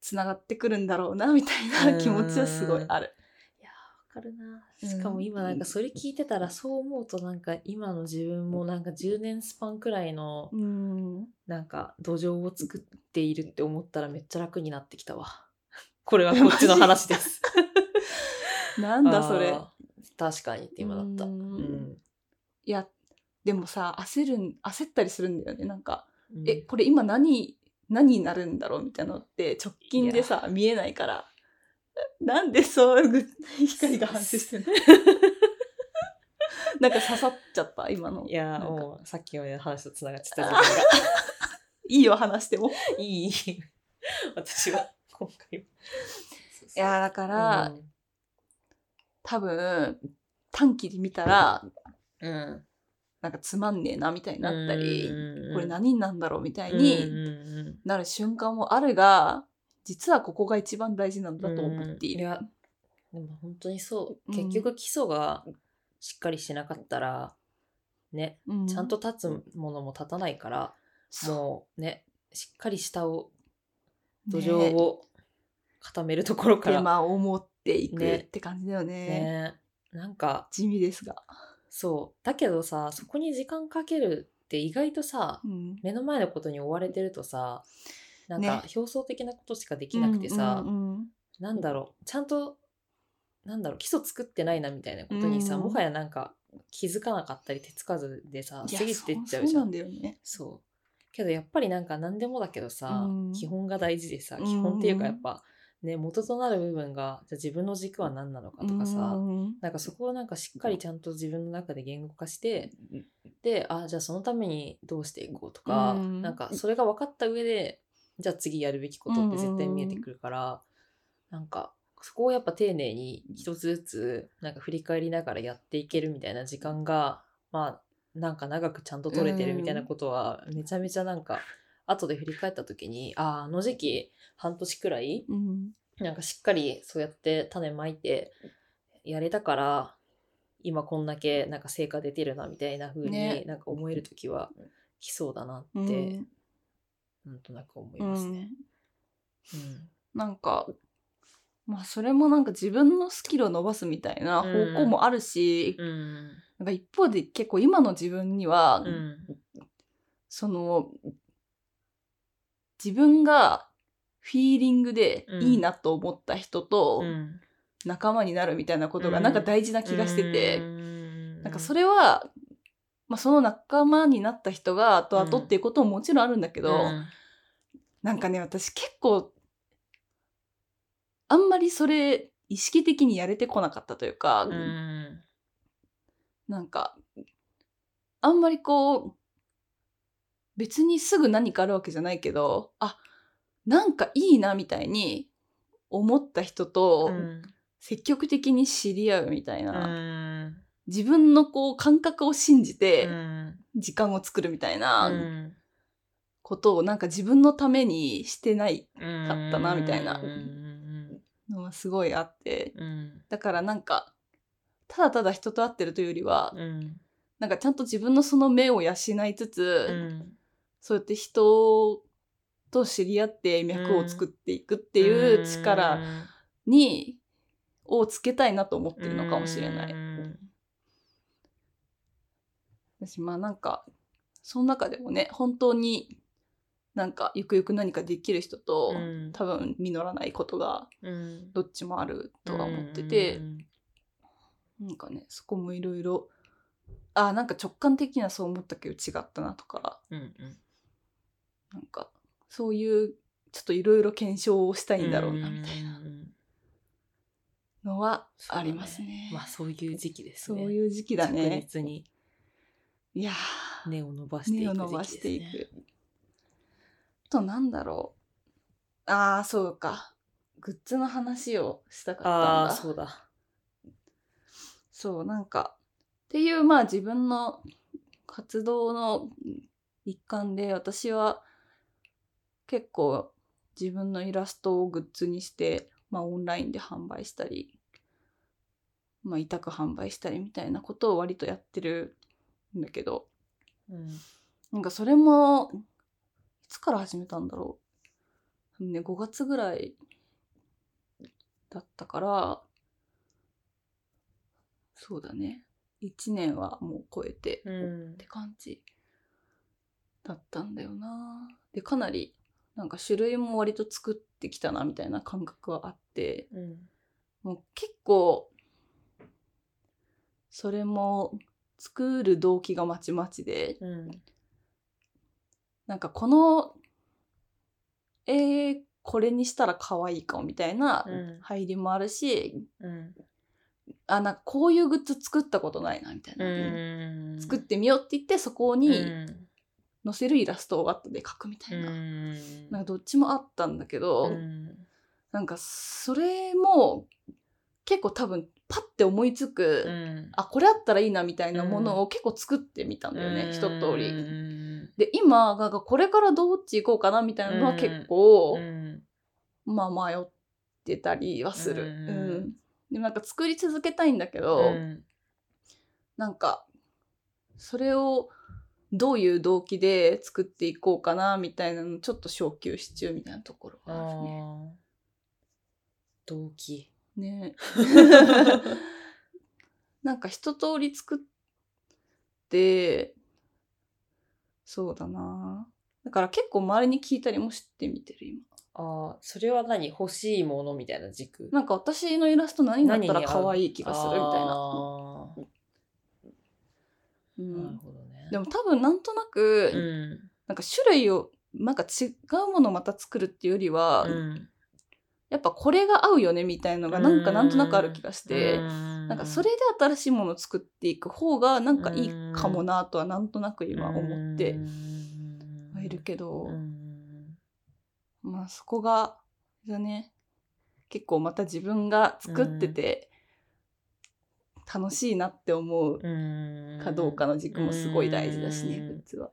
Speaker 2: つながってくるんだろうなみたいな気持ちはすごいある。
Speaker 1: いやーわかるな
Speaker 2: うん
Speaker 1: しかも今なんかそれ聞いてたらそう思うとなんか今の自分もなんか10年スパンくらいの
Speaker 2: うん
Speaker 1: なんか土壌を作っているって思ったらめっちゃ楽になってきたわこれはこっちの話です
Speaker 2: なんだそれ。
Speaker 1: あー確かにって今だった
Speaker 2: うん
Speaker 1: うん
Speaker 2: いやでもさ焦るん焦ったりするんだよねなんか、
Speaker 1: うん
Speaker 2: えこれ今何何になるんだろうみたいなのって直近でさ見えないからなんでそうぐ 光が反射してる なんか刺さっちゃった今の
Speaker 1: いや
Speaker 2: なん
Speaker 1: ー
Speaker 2: か
Speaker 1: もうさっきの話とつながっちゃった
Speaker 2: あいいよ話してもい
Speaker 1: いい 私は今回は
Speaker 2: やだから、
Speaker 1: うん
Speaker 2: 多分短期で見たら
Speaker 1: うん
Speaker 2: なんかつまんねえなみたいになった
Speaker 1: う
Speaker 2: り、
Speaker 1: んうんうん
Speaker 2: これ何になんだろうみたい
Speaker 1: うん
Speaker 2: に
Speaker 1: うんうん
Speaker 2: なる瞬間もあるが実はここが一番大事なんだと思ってい
Speaker 1: うんい
Speaker 2: る。
Speaker 1: やでも本当にそう
Speaker 2: うん
Speaker 1: 結局基礎がしっかりしなかったらね
Speaker 2: う
Speaker 1: ちゃんと立つものも立たないから、
Speaker 2: そう
Speaker 1: もうねしっかり下を土
Speaker 2: ね
Speaker 1: 壌を固めるところか
Speaker 2: テー
Speaker 1: らね
Speaker 2: マを持っていく
Speaker 1: ね
Speaker 2: って感じだよね
Speaker 1: なんか
Speaker 2: 地味ですが、
Speaker 1: そうだけどさそこに時間かけるって意外とさ
Speaker 2: うん、
Speaker 1: 目の前のことに追われてるとさなんか
Speaker 2: ね
Speaker 1: 表層的なことしかできなくてさ、
Speaker 2: うんうん
Speaker 1: なんだろうちゃんとなんだろう基礎作ってないなみたいなことにさ、
Speaker 2: うん
Speaker 1: もはやなんか気づかなかったり手つかずでさ
Speaker 2: いや
Speaker 1: 過ぎてっちゃう
Speaker 2: そう
Speaker 1: じ
Speaker 2: そう
Speaker 1: ゃ
Speaker 2: なんんだよね
Speaker 1: そうけどやっぱりなんか何でもだけどさ、
Speaker 2: うん
Speaker 1: 基本が大事でさ
Speaker 2: うん
Speaker 1: 基本っていうかやっぱ、ね元となる部分がじゃあ自分の軸は何なのかとかさ、
Speaker 2: うん
Speaker 1: なんかそこをなんかしっかりちゃんと自分の中で言語化して、であじゃあそのためにどうしていこうとか、
Speaker 2: うん
Speaker 1: なんかそれが分かった上でじゃあ次やるべきことって絶対見えてくるから、なんかそこをやっぱ丁寧に一つずつなんか振り返りながらやっていけるみたいな時間がまあなんか長くちゃんと取れてるみたいなことはめちゃめちゃなんか後で振り返った時にあああの時期半年くらい
Speaker 2: うん
Speaker 1: なんかしっかりそうやって種まいてやれたから今こんだけなんか成果出てるなみたいな風
Speaker 2: ね
Speaker 1: になんか思える時は来そうだな
Speaker 2: う
Speaker 1: っ
Speaker 2: ん
Speaker 1: てなんとなく思いますね。
Speaker 2: なんかまあそれもなんか自分のスキルを伸ばすみたいな方向もあるし、
Speaker 1: うん
Speaker 2: なんか一方で結構今の自分には、
Speaker 1: うん
Speaker 2: その自分がフィーリングでいいなと思った人と
Speaker 1: うん
Speaker 2: 仲間になるみたいなことが
Speaker 1: うん
Speaker 2: なんか大事な気がしてて、
Speaker 1: うん
Speaker 2: なんかそれは、まあ、その仲間になった人が後々
Speaker 1: うん
Speaker 2: っていうことももちろんあるんだけど、
Speaker 1: うん
Speaker 2: なんかね私結構あんまりそれ意識的にやれてこなかったというか、
Speaker 1: うん
Speaker 2: なんかあんまりこう別にすぐ何かあるわけじゃないけどあなんかいいなみたいに思った人と
Speaker 1: うん
Speaker 2: 積極的に知り合うみたいうな、
Speaker 1: ん
Speaker 2: 自分のこう感覚を信じて
Speaker 1: うん
Speaker 2: 時間を作るみたいな
Speaker 1: うん
Speaker 2: ことをなんか自分のためにしてない
Speaker 1: うん
Speaker 2: ったなみたいな
Speaker 1: うん
Speaker 2: のはすごいあって
Speaker 1: うん
Speaker 2: だからなんかただただ人と会ってるというよりは、
Speaker 1: うん
Speaker 2: なんかちゃんと自分のその目を養いつつ、
Speaker 1: うん
Speaker 2: そうやって人と知り合って脈を作っていくっていう力に、をつけたいなと思ってるのかもしれない。
Speaker 1: うん
Speaker 2: 私まあなんかその中でもね本当になんかゆくゆく何かできる人と、
Speaker 1: うん
Speaker 2: 多分実らないことが
Speaker 1: うん
Speaker 2: どっちもあるとは思ってて、
Speaker 1: うんうん
Speaker 2: なんかねそこもいろいろあなんか直感的にはそう思ったけど違ったなとか
Speaker 1: うんうん
Speaker 2: なんかそういうちょっといろいろ検証をしたいんだろうなみたいな
Speaker 1: うんうんうん
Speaker 2: のは
Speaker 1: そう
Speaker 2: あ
Speaker 1: だね
Speaker 2: りますね。
Speaker 1: まあそういう時期です
Speaker 2: そう
Speaker 1: ね。
Speaker 2: いう時期だ
Speaker 1: 確
Speaker 2: ね。
Speaker 1: 実に
Speaker 2: いやー
Speaker 1: 根を伸ばしてい
Speaker 2: 根
Speaker 1: く
Speaker 2: を
Speaker 1: 時期ですね。
Speaker 2: 伸ばしていく。あとなんだろうああそうかグッズの話をしたかったんだ
Speaker 1: ああ、そうだ。
Speaker 2: そう、なんか、っていう、まあ自分の活動の一環で、私は結構自分のイラストをグッズにして、まあオンラインで販売したり、まあ委託販売したりみたいなことを割とやってるんだけど、
Speaker 1: うん
Speaker 2: なんかそれも、いつから始めたんだろう。ね、5月ぐらいだったから、そうだね。1年はもう超えて、
Speaker 1: うん
Speaker 2: って感じだったんだよな。で、かなり、なんか種類も割と作ってきたな、みたいな感覚はあって、
Speaker 1: うん
Speaker 2: もう結構、それも作る動機がまちまちで、
Speaker 1: うん
Speaker 2: なんかこの、えー、これにしたら可愛いかもみたいな
Speaker 1: うん
Speaker 2: 入りもあるし、
Speaker 1: うん
Speaker 2: あ、なんかこういうグッズ作ったことないなみたいな、
Speaker 1: うん
Speaker 2: 作ってみようって言ってそこ
Speaker 1: う
Speaker 2: に
Speaker 1: ん
Speaker 2: 載せるイラストを後で描くみた
Speaker 1: う
Speaker 2: いな。
Speaker 1: ん
Speaker 2: なんかどっちもあったんだけ
Speaker 1: う
Speaker 2: ど、
Speaker 1: ん
Speaker 2: なんかそれも結構多分パッて思いつく、
Speaker 1: うん
Speaker 2: あ、これあったらいいなみたいなものを結構作ってみたんだよね、一通り。
Speaker 1: うん
Speaker 2: で、今、なんかこれからどっち行こうかなみたいなのは結
Speaker 1: う
Speaker 2: 構、
Speaker 1: ん
Speaker 2: まあ迷ってたりはする。
Speaker 1: うん
Speaker 2: うんでもなんか作り続けたいんだけど、
Speaker 1: うん
Speaker 2: なんかそれをどういう動機で作っていこうかなみたいなのちょっと小休止中みたいなところ
Speaker 1: あ
Speaker 2: があるね。
Speaker 1: ー動機。
Speaker 2: ねなんか一通り作ってそうだなだから結構周りに聞いたりもしてみてる今。
Speaker 1: ああ、それは何欲しいものみたいな軸。
Speaker 2: なんか私のイラスト何だったら可愛い気がするみたいな。
Speaker 1: あー
Speaker 2: う
Speaker 1: なる
Speaker 2: ん
Speaker 1: ほどね。
Speaker 2: でも多分なんとなく、
Speaker 1: うん
Speaker 2: なんか種類をなんか違うものをまた作るっていうよりは、
Speaker 1: うん
Speaker 2: やっぱこれが合うよねみたいのがなんかなんとなくある気がして、
Speaker 1: な
Speaker 2: なんかそれで新しいものを作っていく方がなんかいいかもなとはなんとなく今思ってはいるけど、
Speaker 1: うん
Speaker 2: まあそこがだね結構また自分が作ってて楽しいなって思うかどうかの軸もすごい大事だしね、
Speaker 1: うん
Speaker 2: グッズは。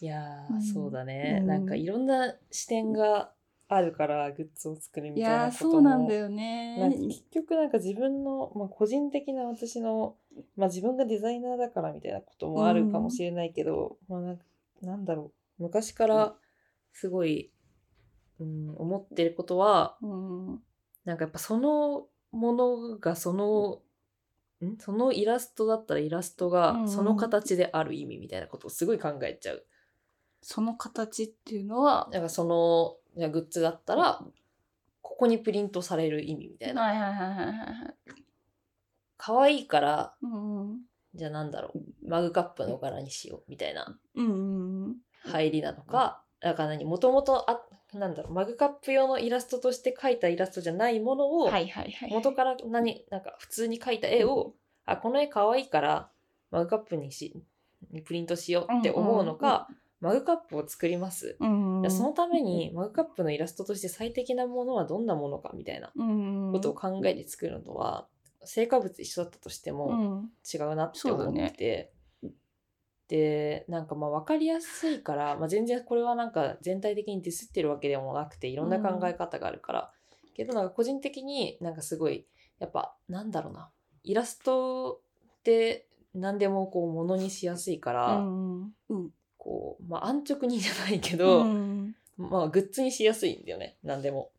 Speaker 1: いや
Speaker 2: うん
Speaker 1: ーそうだね、
Speaker 2: うん
Speaker 1: なんかいろんな視点があるからグッズを作るみ
Speaker 2: い
Speaker 1: たいな
Speaker 2: やー
Speaker 1: ことも
Speaker 2: そうなんだ
Speaker 1: な
Speaker 2: よ
Speaker 1: んか
Speaker 2: ね。
Speaker 1: 結局なんか自分の、まあ、個人的な私の、まあ、自分がデザイナーだからみたいなこともあるかもしれないけど、まあ、なんかなんだろう昔からすごい、うん、思ってることは
Speaker 2: うん
Speaker 1: なんかやっぱそのものがそのんそのイラストだったらイラスト
Speaker 2: うんう
Speaker 1: が
Speaker 2: ん
Speaker 1: その形である意味みたいなことをすごい考えちゃう。
Speaker 2: その形っていうのは、
Speaker 1: なんかそのいやグッズだったらここにプリントされる意味みたいな。
Speaker 2: はいはいはいはいはい。
Speaker 1: 可愛いから
Speaker 2: うんうん
Speaker 1: じゃあなんだろうマグカップの柄にしようみたいな
Speaker 2: うんうん
Speaker 1: 入りなのか、なんか何もともとあなんだろうマグカップ用のイラストとして描いたイラストじゃないものを、
Speaker 2: うん。はいはいはい。
Speaker 1: 元から何なんか普通に描いた絵を、あこの絵可愛いからマグカップにしにプリントしようって思うのか、マグカップを作ります。
Speaker 2: うんうん、
Speaker 1: いやそのためにマグカップのイラストとして最適なものはどんなものかみたいな
Speaker 2: うんうん
Speaker 1: ことを考えて作るのは成果物一緒だったとしても、
Speaker 2: うん
Speaker 1: 違うなって
Speaker 2: そうだ
Speaker 1: 思
Speaker 2: ね
Speaker 1: ってて、でなんかまあ分かりやすい から、まあ、全然これはなんか全体的にディスってるわけでもなくていろんな考え方があるから、けどなんか個人的になんかすごいやっぱなんだろうなイラストって何でもこうものにしやすいから、
Speaker 2: うんうん
Speaker 1: こうまあ安直にじゃないけど、
Speaker 2: うん
Speaker 1: まあグッズにしやすいんだよね何でも。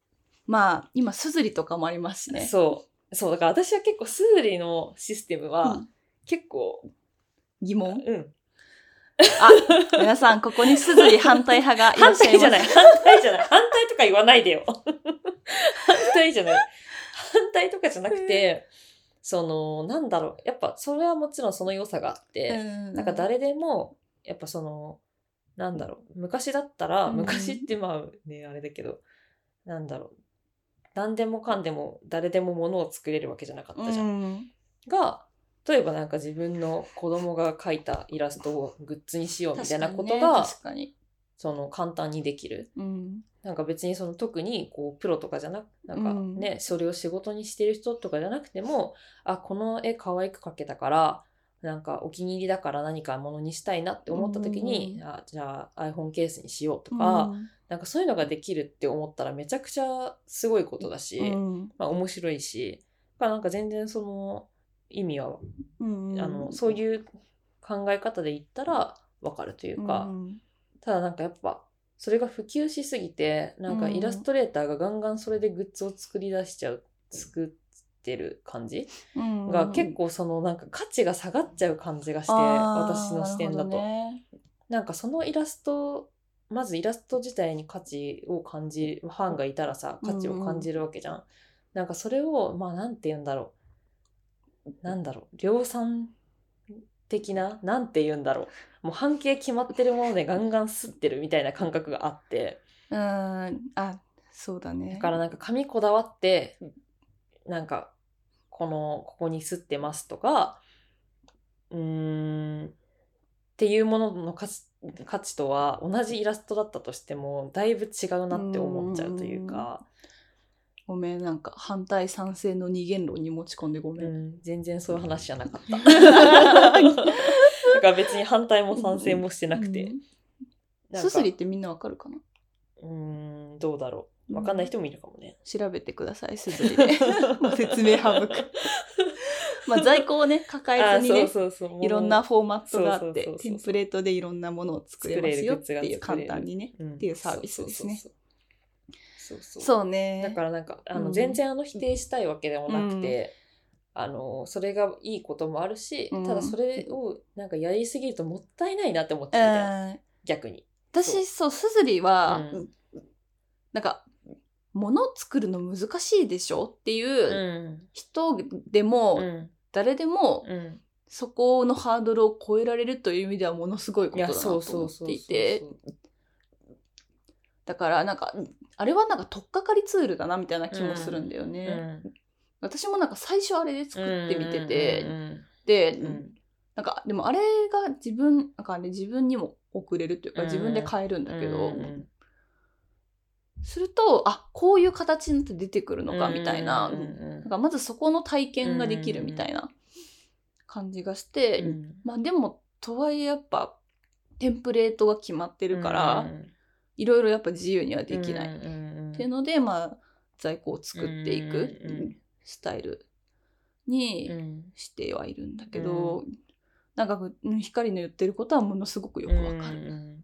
Speaker 2: まあ今すずりとかもありますしね。
Speaker 1: そうそうだから私は結構スーリーのシステムは、
Speaker 2: うん
Speaker 1: 結構
Speaker 2: 疑 問
Speaker 1: うん。
Speaker 2: 皆さんここにすずり反対派がいら
Speaker 1: 反
Speaker 2: っしゃい
Speaker 1: 対
Speaker 2: ます
Speaker 1: じゃない。反対じゃない。反対とか言わないでよ。反対じゃない。反対とかじゃなくて、その、なんだろう。やっぱ、それはもちろんその良さがあって、
Speaker 2: うん
Speaker 1: なんか誰でも、やっぱその、なんだろう、昔だったら、
Speaker 2: うん
Speaker 1: 昔ってまあね、あれだけど、なんだろう、何でもかんでも誰でも物を作れるわけじゃなかったじゃん。
Speaker 2: うん
Speaker 1: が、例えばなんか自分の子供が描いたイラストをグッズにしようみたいなことが、
Speaker 2: 確かにね
Speaker 1: その簡単にできる。
Speaker 2: 確かにうん
Speaker 1: なんか別にその特にこうプロとかじゃなくなんか
Speaker 2: うん
Speaker 1: ね、それを仕事にしてる人とかじゃなくてもあこの絵可愛く描けたからなんかお気に入りだから何かものにしたいなって思った時に、
Speaker 2: う
Speaker 1: あじゃあ iPhone ケースにしようとか、なんかそういうのができるって思ったらめちゃくちゃすごいことだし、
Speaker 2: うん
Speaker 1: まあ、面白いしだからなんか全然その意味は、
Speaker 2: うん
Speaker 1: あのそういう考え方で言ったら分かるというか。
Speaker 2: うん
Speaker 1: ただなんかやっぱそれが普及しすぎてなんか
Speaker 2: うん
Speaker 1: イラストレーターがガンガンそれでグッズを作り出しちゃう作ってる感じ
Speaker 2: うん
Speaker 1: が結構そのなんか価値が下がっちゃう感じがして
Speaker 2: あー
Speaker 1: 私の視点だと
Speaker 2: なるほどね
Speaker 1: なんかそのイラストまずイラスト自体に価値を感じるファンがいたらさ価値を感じるわけじゃん、なんかそれをまあなんて言うんだろうなんだろう量産的ななんて言うんだろうもう半径決まってるものでガンガン吸ってるみたいな感覚があって
Speaker 2: うんあそうだね
Speaker 1: だからなんか紙こだわってなんかこのここに吸ってますとかうーんっていうものの価値価値とは同じイラストだったとしてもだいぶ違うなって思っちゃうというか、
Speaker 2: ごめんなんか反対賛成の二元論に持ち込んでご
Speaker 1: う
Speaker 2: めん、
Speaker 1: ん、全然そういう話じゃなか った。だから別に反対も賛成もしてなくて。
Speaker 2: うん
Speaker 1: なん
Speaker 2: す
Speaker 1: か
Speaker 2: すりってみんなわかるかな
Speaker 1: うーんどうだろうわかんない人もいるかもね。
Speaker 2: 調べてくださ いすずりでもう 説明省くまあ在庫をね抱え
Speaker 1: あ
Speaker 2: ずにね
Speaker 1: ーそうそうそう
Speaker 2: いろんなフォーマットがあって
Speaker 1: そうそうそうそう
Speaker 2: テンプレートでいろんなものを作れますよって
Speaker 1: 作れ
Speaker 2: い
Speaker 1: る
Speaker 2: う
Speaker 1: グッズが作れ
Speaker 2: 簡
Speaker 1: る
Speaker 2: 単にね
Speaker 1: って
Speaker 2: いうサービスですね。
Speaker 1: そうそうそうそう
Speaker 2: そうね
Speaker 1: だからなんかあ
Speaker 2: う
Speaker 1: の
Speaker 2: ん
Speaker 1: 全然あの否定したいわけでもなくて、あのそれがいいこともあるし、
Speaker 2: うん
Speaker 1: ただそれをなんかやりすぎるともったいないなって思っち
Speaker 2: え
Speaker 1: ゃうみたいな、
Speaker 2: ー
Speaker 1: 逆に。
Speaker 2: 私そうすずりは、
Speaker 1: う
Speaker 2: なんか物を作るの難しいでしょって
Speaker 1: う
Speaker 2: いうん人でも、
Speaker 1: うん
Speaker 2: 誰でも
Speaker 1: うん、
Speaker 2: そこのハードルを超えられるという意味ではものすごいこと
Speaker 1: い
Speaker 2: だ
Speaker 1: や
Speaker 2: なと
Speaker 1: そう
Speaker 2: 思
Speaker 1: そう
Speaker 2: っ
Speaker 1: そう
Speaker 2: ていてだからなんかあれはなんか取っかかりツールだなみたいな気もするんだよね、私もなんか最初あれで作ってみてて、で、なんかでもあれが自分なんかあれ自分にも送れるというか
Speaker 1: うん
Speaker 2: 自分で買えるんだけど、
Speaker 1: うん
Speaker 2: するとあこういう形になって出てくるのかみたいな,、
Speaker 1: うん
Speaker 2: なんかまずそこの体験ができるみたいな感じがして、
Speaker 1: うん
Speaker 2: まあでもとはいえやっぱテンプレートが決まってるから、
Speaker 1: うん
Speaker 2: いろいろやっぱ自由にはできない、
Speaker 1: うん
Speaker 2: っ
Speaker 1: うん
Speaker 2: ていうのでまあ在庫を作っていく
Speaker 1: うんうんうん
Speaker 2: スタイルに
Speaker 1: うん
Speaker 2: してはいるんだけど、なんかうん光の言ってることはものすごくよくわかる。
Speaker 1: うんうん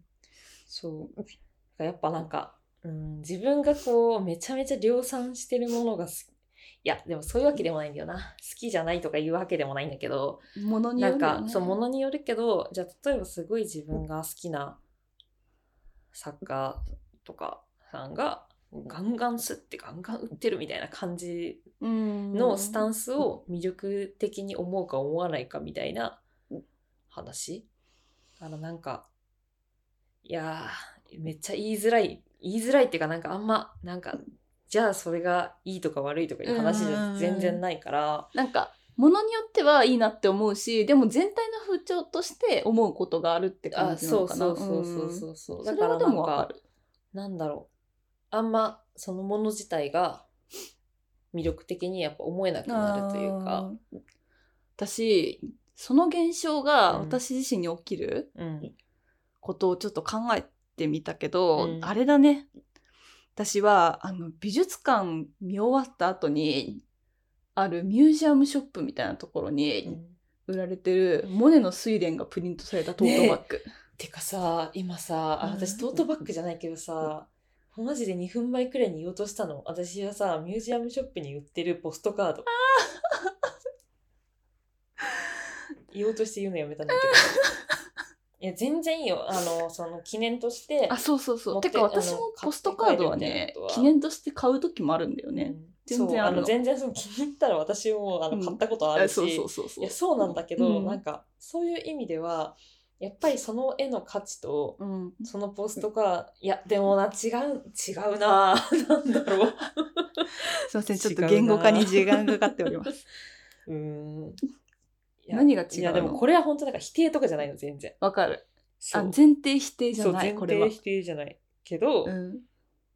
Speaker 1: そうやっぱなんか、うん、自分がこうめちゃめちゃ量産してるものが好きいやでもそういうわけでもないんだよな好きじゃないとか言うわけでもないんだけど
Speaker 2: ものに
Speaker 1: な
Speaker 2: よる
Speaker 1: ん
Speaker 2: よ、ね、
Speaker 1: かそうものによるけどじゃあ例えばすごい自分が好きな作家とかさんがガンガン吸ってガンガン売ってるみたいな感じのスタン
Speaker 2: ス
Speaker 1: スを魅力的に思うか思わないかみたいな話あのなんかいやーめっちゃ言いづらい言いづらいっていうかなんかあんまなんかじゃあそれがいいとか悪いとかいう話じゃ全然ないから
Speaker 2: なんかものによってはいいなって思うしでも全体の風潮として思うことがあるって感
Speaker 1: あ
Speaker 2: じな
Speaker 1: そ
Speaker 2: の
Speaker 1: う
Speaker 2: かな
Speaker 1: そうそうそうそうそう、
Speaker 2: ん
Speaker 1: だ
Speaker 2: そ
Speaker 1: か
Speaker 2: れ
Speaker 1: ら
Speaker 2: はで
Speaker 1: なん
Speaker 2: もわ
Speaker 1: か
Speaker 2: かる
Speaker 1: なんだろうあんまそのもの自体が魅力的にやっぱ思えなくなるというか、
Speaker 2: あー私その現象が
Speaker 1: うん
Speaker 2: 私自身に起きる
Speaker 1: うん、
Speaker 2: ことをちょっと考えてみたけど、
Speaker 1: うん
Speaker 2: あれだね私はあの美術館見終わった後にあるミュージアムショップみたいなところに売られてるモネの睡蓮がプリントされたトートバッグ、
Speaker 1: てかさ今さあ
Speaker 2: うん
Speaker 1: 私トートバッグじゃないけどさ、マジで2分前くらいに言おうとしたの私はさミュージア ムショップに売ってるポストカード言おうとして言うのやめたんだけど。 いや、全然いいよ。あの、その記念として。
Speaker 2: あそうそうそ
Speaker 1: 持
Speaker 2: う
Speaker 1: って
Speaker 2: てか私も
Speaker 1: あの
Speaker 2: ポストカードは
Speaker 1: 買って帰るみたいな
Speaker 2: ね
Speaker 1: ことは
Speaker 2: 記念として買う時もあるんだよ
Speaker 1: う
Speaker 2: ね、
Speaker 1: ん
Speaker 2: 全
Speaker 1: そ
Speaker 2: 然
Speaker 1: う
Speaker 2: あ
Speaker 1: あ
Speaker 2: る
Speaker 1: の
Speaker 2: の
Speaker 1: 全然その気に入ったら私もあ
Speaker 2: う
Speaker 1: の
Speaker 2: ん
Speaker 1: 買ったことあ
Speaker 2: あ
Speaker 1: るし、
Speaker 2: そうそうそうそ
Speaker 1: いうやそうなんだけど、
Speaker 2: うん
Speaker 1: なんかそういう意味ではやっぱりその絵の価値と
Speaker 2: うん
Speaker 1: そのポストカードいやでもな違う違うななんだろう
Speaker 2: すいませんちょっ
Speaker 1: 違う
Speaker 2: と
Speaker 1: な
Speaker 2: 言語化に時間がかかっております
Speaker 1: うーんいや
Speaker 2: 何が違うの
Speaker 1: いやでもこれは本当なんか否定とかじゃないの全然
Speaker 2: わかる
Speaker 1: そ
Speaker 2: あ
Speaker 1: う
Speaker 2: 前提否定じゃ
Speaker 1: そう
Speaker 2: ない
Speaker 1: 前
Speaker 2: これは
Speaker 1: 提否定じゃないけど、
Speaker 2: うん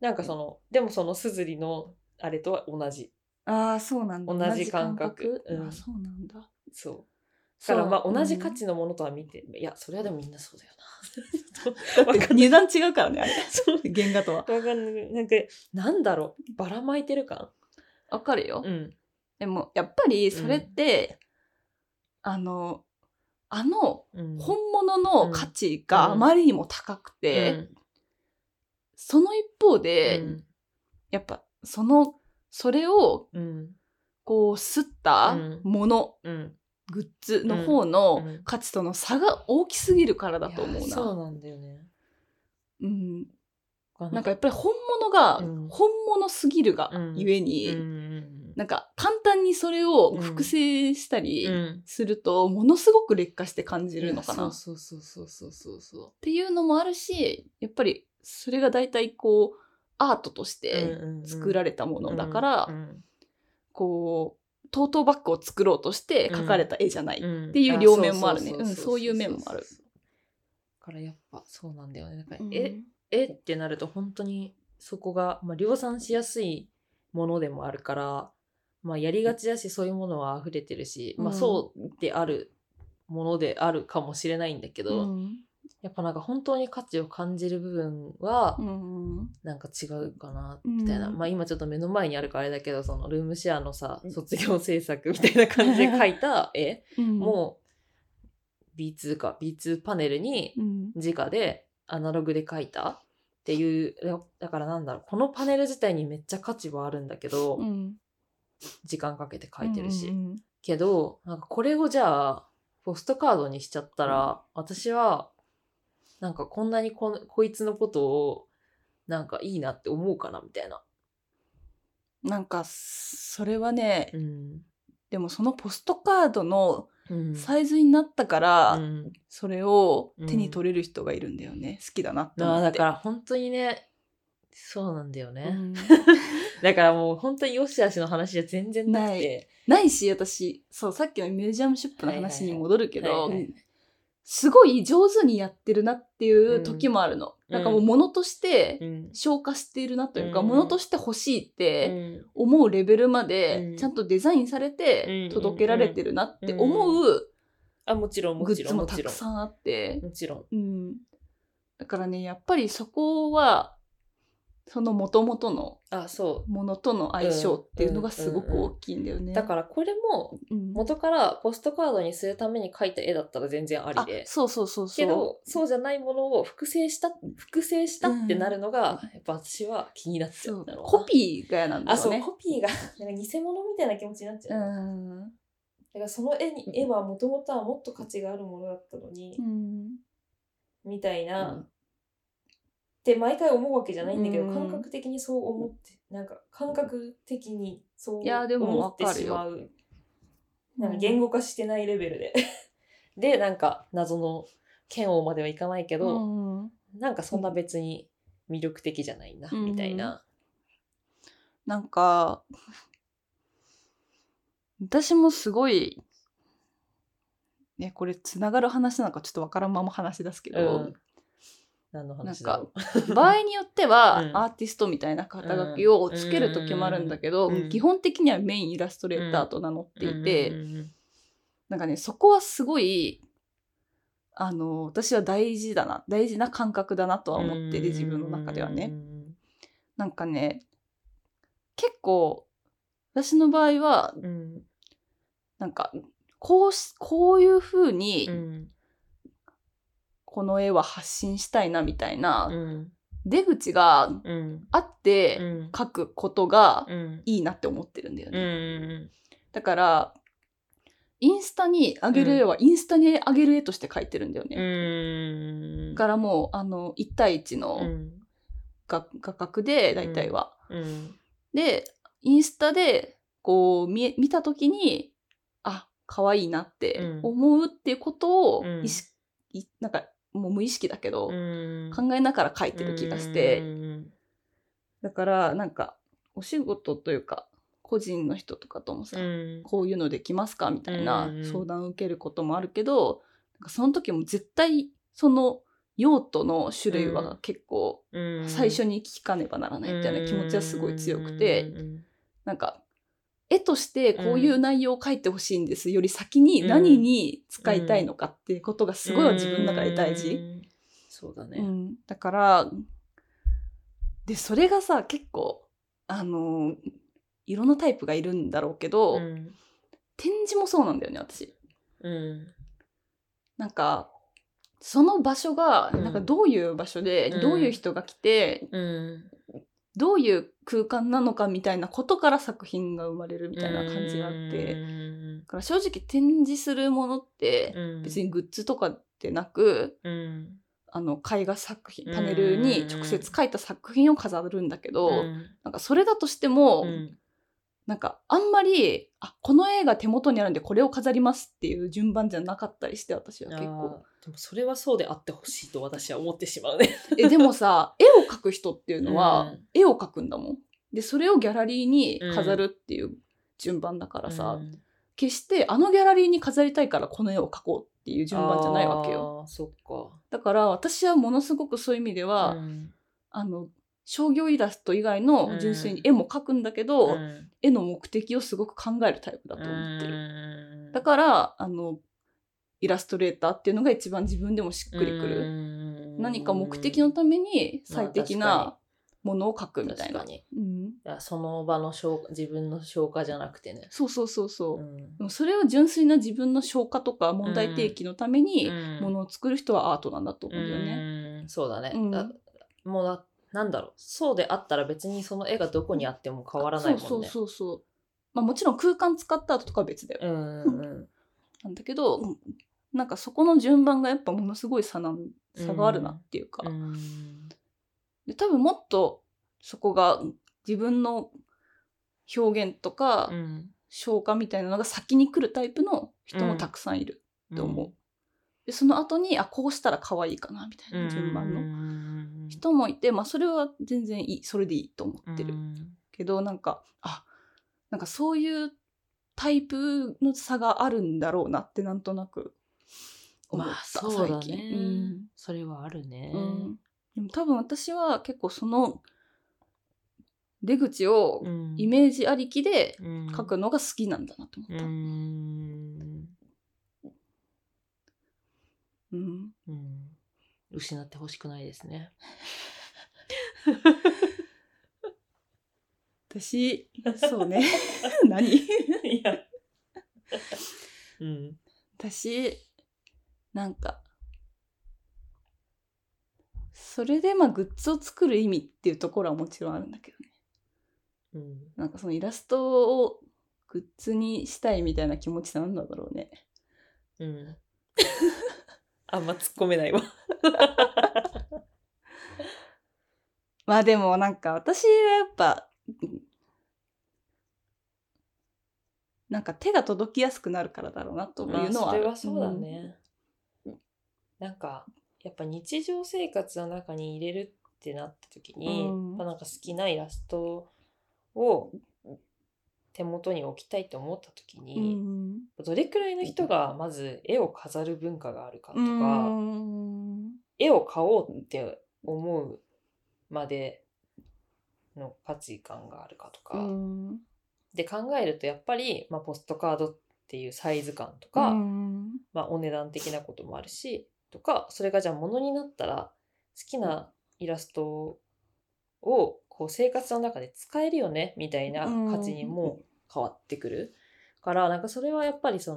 Speaker 1: なんかそのでもそのすずりのあれとは同じ
Speaker 2: ああそうなんだ
Speaker 1: 同じ感覚
Speaker 2: 同じ
Speaker 1: うん
Speaker 2: あそうなんだ
Speaker 1: そう
Speaker 2: そ
Speaker 1: だ
Speaker 2: う
Speaker 1: からまあ同じ価、値のものとは見て、いやそれはでもみんなそうだよな
Speaker 2: うん
Speaker 1: わ
Speaker 2: だっ
Speaker 1: か
Speaker 2: て
Speaker 1: ん
Speaker 2: 値段違うから ねあれ
Speaker 1: そう
Speaker 2: 原画とは
Speaker 1: わかんないなんかなんだろうばらまいてる感
Speaker 2: わかるよ、
Speaker 1: うん
Speaker 2: でもやっぱりそれって、あのあの
Speaker 1: うん
Speaker 2: 本物の価値があまりにも高くて、その一方で、
Speaker 1: うん
Speaker 2: やっぱそのそれを
Speaker 1: うん
Speaker 2: こうすった
Speaker 1: うん
Speaker 2: もの、
Speaker 1: うん
Speaker 2: グッズの方の
Speaker 1: うん
Speaker 2: 価値との差が大きすぎるからだと思
Speaker 1: いうや
Speaker 2: な。
Speaker 1: そうなんだよね
Speaker 2: うん、
Speaker 1: わ
Speaker 2: な
Speaker 1: か
Speaker 2: んか
Speaker 1: ん
Speaker 2: やっぱり本物が
Speaker 1: うん
Speaker 2: 本物すぎるがゆえ
Speaker 1: い
Speaker 2: に、
Speaker 1: うん
Speaker 2: なんか簡単にそれを複製した
Speaker 1: う
Speaker 2: り
Speaker 1: ん
Speaker 2: するとものすごく劣化して感じるのか
Speaker 1: い
Speaker 2: な。
Speaker 1: や
Speaker 2: っ
Speaker 1: そうそうそうそうそうそ
Speaker 2: ていうのもあるしやっぱりそれが大体こうアートとし
Speaker 1: う
Speaker 2: て作
Speaker 1: れ
Speaker 2: られたものだから、
Speaker 1: うん
Speaker 2: こうトートバッグを作ろうとして描かれた絵じゃない、
Speaker 1: うん
Speaker 2: っていう両面もあるね
Speaker 1: あ
Speaker 2: うんそういう面もある
Speaker 1: だからやっぱそうなんだよねなんか、
Speaker 2: うん
Speaker 1: ええってなると本当にそこが、まあ、量産しやすいものでもあるから、まあ、やりがちだしそういうものは溢れてるし、まあ、
Speaker 2: うん
Speaker 1: そうであるものであるかもしれないんだけ
Speaker 2: う
Speaker 1: ど、
Speaker 2: ん
Speaker 1: やっぱなんか本当に価値を感じる部分は
Speaker 2: うん
Speaker 1: なんか違うかな
Speaker 2: うん
Speaker 1: みたいな、まあ今ちょっと目の前にあるからあれだけどそのルームシェアのさ
Speaker 2: うん
Speaker 1: 卒業制作みたいな感じで描いた 絵もう B2 か B2 パネルに
Speaker 2: うん、
Speaker 1: 直でアナログで描いたっていうだだからなんだろうこのパネル自体にめっちゃ価値はあるんだけど、
Speaker 2: うん、
Speaker 1: 時間かけて描いてるし、
Speaker 2: うん
Speaker 1: けどなんかこれをじゃあポストカードにしちゃったら、私はなんかこんなにこんこいつのことをなんかいいなって思うかなみたいな。
Speaker 2: なんかそれはね、
Speaker 1: うん
Speaker 2: でもそのポストカードの
Speaker 1: うん
Speaker 2: サイズになったから、
Speaker 1: うん
Speaker 2: それを手に取れる人がいるんだよね、好きだなって
Speaker 1: あ
Speaker 2: 思
Speaker 1: ー
Speaker 2: っ
Speaker 1: だ
Speaker 2: て
Speaker 1: から本当にねそうなんだよね、
Speaker 2: うん
Speaker 1: だからもう本当によしあしの話じゃ全然なくて
Speaker 2: ないし私そうさっきのミュージアムショップの話に戻るけ
Speaker 1: はいはい
Speaker 2: ど
Speaker 1: はいはい
Speaker 2: すごい上手にやってるなっていう時もあるの、
Speaker 1: うん
Speaker 2: なんかもう物として
Speaker 1: うん
Speaker 2: 消化しているなというか、
Speaker 1: うん
Speaker 2: 物として欲しいっ
Speaker 1: う
Speaker 2: て
Speaker 1: ん
Speaker 2: 思うレベルま
Speaker 1: うん
Speaker 2: でちゃんとデザインされて
Speaker 1: うん
Speaker 2: 届けられてるなって思う
Speaker 1: あもちろん
Speaker 2: グ
Speaker 1: も
Speaker 2: ッ
Speaker 1: ち
Speaker 2: ズ
Speaker 1: ろん
Speaker 2: も
Speaker 1: も
Speaker 2: た
Speaker 1: ち
Speaker 2: く
Speaker 1: ろん
Speaker 2: さんあって、
Speaker 1: もちろん
Speaker 2: うん、だからねやっぱりそこはその元々の
Speaker 1: あそ
Speaker 2: ものとの相性っていうのがすごく大きいんだよ
Speaker 1: う
Speaker 2: ね。
Speaker 1: だからこれも
Speaker 2: うん
Speaker 1: 元からポストカードにするために描いた絵だったら全然あり
Speaker 2: あ
Speaker 1: で
Speaker 2: そうそうそうそう
Speaker 1: けどそうじゃないものを複製した複製したってなるのが、やっぱ私は気になっちゃ
Speaker 2: そううん
Speaker 1: だろうな
Speaker 2: コピーが嫌なんだ
Speaker 1: あ
Speaker 2: よ
Speaker 1: そう
Speaker 2: ね。
Speaker 1: コピーがなんか偽物みたいな気持ちになっちゃう、だ
Speaker 2: ん
Speaker 1: からその絵に絵はもともとはもっと価値があるものだったのに、
Speaker 2: うん
Speaker 1: みたいな、
Speaker 2: うん
Speaker 1: って毎回思うわけじゃないんだけど、
Speaker 2: うん
Speaker 1: 感覚的にそう思ってなんか感覚的にそう
Speaker 2: いやでも
Speaker 1: 思って
Speaker 2: わかる
Speaker 1: し
Speaker 2: よ
Speaker 1: まうなんか言語化してないレベルで でなんか謎の嫌悪まではいかないけど、
Speaker 2: うん
Speaker 1: なんかそんな別に魅力的じゃないな、
Speaker 2: うん
Speaker 1: みたいな。
Speaker 2: なんか私もすごいねこれつながる話なんかちょっとわからんまま話し出すけ
Speaker 1: う
Speaker 2: ど
Speaker 1: ん、何の話だろう。
Speaker 2: 場合によっては、
Speaker 1: うん
Speaker 2: アーティストみたいな肩書きをつける時もあるんだけど、
Speaker 1: うん
Speaker 2: 基本的にはメインイラストレーターと名乗っていて、
Speaker 1: うんうん
Speaker 2: なんかねそこはすごいあの私は大事だな大事な感覚だなとは思ってる自分の中ではね。。なんかね結構私の場合は
Speaker 1: うん
Speaker 2: なんかこうしこういう風
Speaker 1: う
Speaker 2: に
Speaker 1: ん
Speaker 2: この絵は発信したいなみたい
Speaker 1: うんう
Speaker 2: なん出口が
Speaker 1: うん
Speaker 2: あって
Speaker 1: うん
Speaker 2: 描くことが
Speaker 1: うん
Speaker 2: いいなって思ってるんだよ
Speaker 1: うんう
Speaker 2: ね。
Speaker 1: ん
Speaker 2: だからインスタに上げる絵はインスタに上げる絵として描いてるんだよね。
Speaker 1: うーん。
Speaker 2: だからもうあの1対1の
Speaker 1: うん。
Speaker 2: 画,、画角で大体は。
Speaker 1: うん。
Speaker 2: でインスタでこう見え見た時にあ可愛いなって
Speaker 1: うん
Speaker 2: 思うっていうことを
Speaker 1: うん
Speaker 2: 意識、いなんかもう無意識だけど、
Speaker 1: うん
Speaker 2: 考えながら描いてる気がして、
Speaker 1: うん
Speaker 2: だからなんかお仕事というか個人の人とかともさ、
Speaker 1: うん。
Speaker 2: こういうのできますかみたいな
Speaker 1: うんうん
Speaker 2: 相談を受けることもあるけど、なんかその時も絶対その用途の種類
Speaker 1: う
Speaker 2: は
Speaker 1: ん
Speaker 2: 結構
Speaker 1: うん
Speaker 2: 最初に聞かねばならないみたいな気持ちはすごい強くて、
Speaker 1: うん
Speaker 2: なんか絵としてこういう内容を書いてほしいんですより先に何に使いたいのかっていうことがすごい自分の中で大事。
Speaker 1: うんそうだ
Speaker 2: う
Speaker 1: ね。
Speaker 2: ん、だからでそれがさ結構あのいろんなタイプがいるんだろうけど、
Speaker 1: ん。
Speaker 2: 展示もそうなんだよね私。
Speaker 1: うん。
Speaker 2: なんかその場所が、
Speaker 1: うん
Speaker 2: なんかどういう場所で、
Speaker 1: うん
Speaker 2: どういう人が来て
Speaker 1: うん。
Speaker 2: どういう空間なのかみたいなことから作品が生まれるみたいな感じがあって、だ
Speaker 1: うん。
Speaker 2: から正直展示するものって
Speaker 1: うん
Speaker 2: 別にグッズとかでなく、
Speaker 1: うん。
Speaker 2: あの絵画作
Speaker 1: う
Speaker 2: 品
Speaker 1: ん
Speaker 2: パネルに直接描いた作品を飾るんだけど、
Speaker 1: うん
Speaker 2: なんかそれだとしても、
Speaker 1: うん
Speaker 2: なんかあんまりあこの絵が手元にあるんでこれを飾りますっていう順番じゃなかったりして私は
Speaker 1: あー
Speaker 2: 結構。
Speaker 1: でもそれはそうであってほしいと私は思ってしまうね。
Speaker 2: えでもさ絵を描く人っていうのは、
Speaker 1: うん
Speaker 2: 絵を描くんだもんでそれをギャラリーに飾るっていう順番だからさ、
Speaker 1: うん
Speaker 2: 決してあのギャラリーに飾りたいからこの絵を描こうっていう順番じゃないわけよ。
Speaker 1: あーそっか。
Speaker 2: だから私はものすごくそういう意味では、
Speaker 1: うん
Speaker 2: あの商業イラスト以外の純粋に絵も描くんだけど、
Speaker 1: うん
Speaker 2: 絵の目的をすごく考えるタイプだと思ってる。
Speaker 1: うん
Speaker 2: だからあのイラストレーターっていうのが一番自分でもしっくりくる、
Speaker 1: る
Speaker 2: 何か目的のために最適なものを描くみたいな
Speaker 1: 確か。に
Speaker 2: うん、
Speaker 1: いやその場の消自分の消化じゃなくてね。
Speaker 2: そうそうそうそうう。
Speaker 1: ん
Speaker 2: でもそれを純粋な自分の消化とか問題提起のためにものを作る人はアートなんだと思うんだよね。
Speaker 1: うんそうだね。
Speaker 2: うん
Speaker 1: だもうななんだろうそうであったら別にその絵がどこにあっても変わらないもんね。
Speaker 2: そうそうそうそう。まあもちろん空間使った後とかは別だよ。
Speaker 1: うんうん
Speaker 2: なんだけど、うんなんかそこの順番がやっぱものすごい差なん差があるなっていうか。
Speaker 1: うん
Speaker 2: で多分もっとそこが自分の表現とか
Speaker 1: うん
Speaker 2: 消化みたいなのが先に来るタイプの人もたくさんいると思う。でその後にあこうしたら可愛いかなみたいな順番の
Speaker 1: の
Speaker 2: 人もいて、まあ、それは全然いいそれでいいと思ってる、けどなんかあなんかそういうタイプの差があるんだろうなってなんとなく思った、
Speaker 1: まあそうだ
Speaker 2: 最
Speaker 1: ね
Speaker 2: 近、うん。
Speaker 1: それはあるね。
Speaker 2: うんでも多分私は結構その出口をイメージありきで書くのが好きなんだなと思
Speaker 1: う
Speaker 2: った。
Speaker 1: ん
Speaker 2: うん
Speaker 1: うん失ってほしくないですね。
Speaker 2: 私そうね 何
Speaker 1: いや。うん。
Speaker 2: 私なんかそれでまあグッズを作る意味っていうところはもちろんあるんだけどね
Speaker 1: うん
Speaker 2: なんかそのイラストをグッズにしたいみたいな気持ちってなんだろうね
Speaker 1: うん。 あんま突っ込めないわ。
Speaker 2: まあでもなんか私はやっぱうんなんか手が届きやすくなるからだろうなというの
Speaker 1: そ
Speaker 2: はある
Speaker 1: れはそうだ、ね。なんかやっぱ日常生活の中に入れるってなった時に、
Speaker 2: うん
Speaker 1: やっぱなんか好きなイラストを手元に置きたいと思った時
Speaker 2: うん
Speaker 1: に、どれくらいの人がまず絵を飾る文化があるかと
Speaker 2: う
Speaker 1: か、
Speaker 2: ん
Speaker 1: 絵を買おうって思うまでの価値観があるかとか、
Speaker 2: うん
Speaker 1: で考えるとやっぱり、まあ、ポストカードっていうサイズ感とか、
Speaker 2: うん
Speaker 1: まあ、お値段的なこともあるしとかそれがじゃあ物になったら好きなイラストをこう生活の中で使えるよねみたいな価値にも変わってくる、からなんかそれはやっぱりそ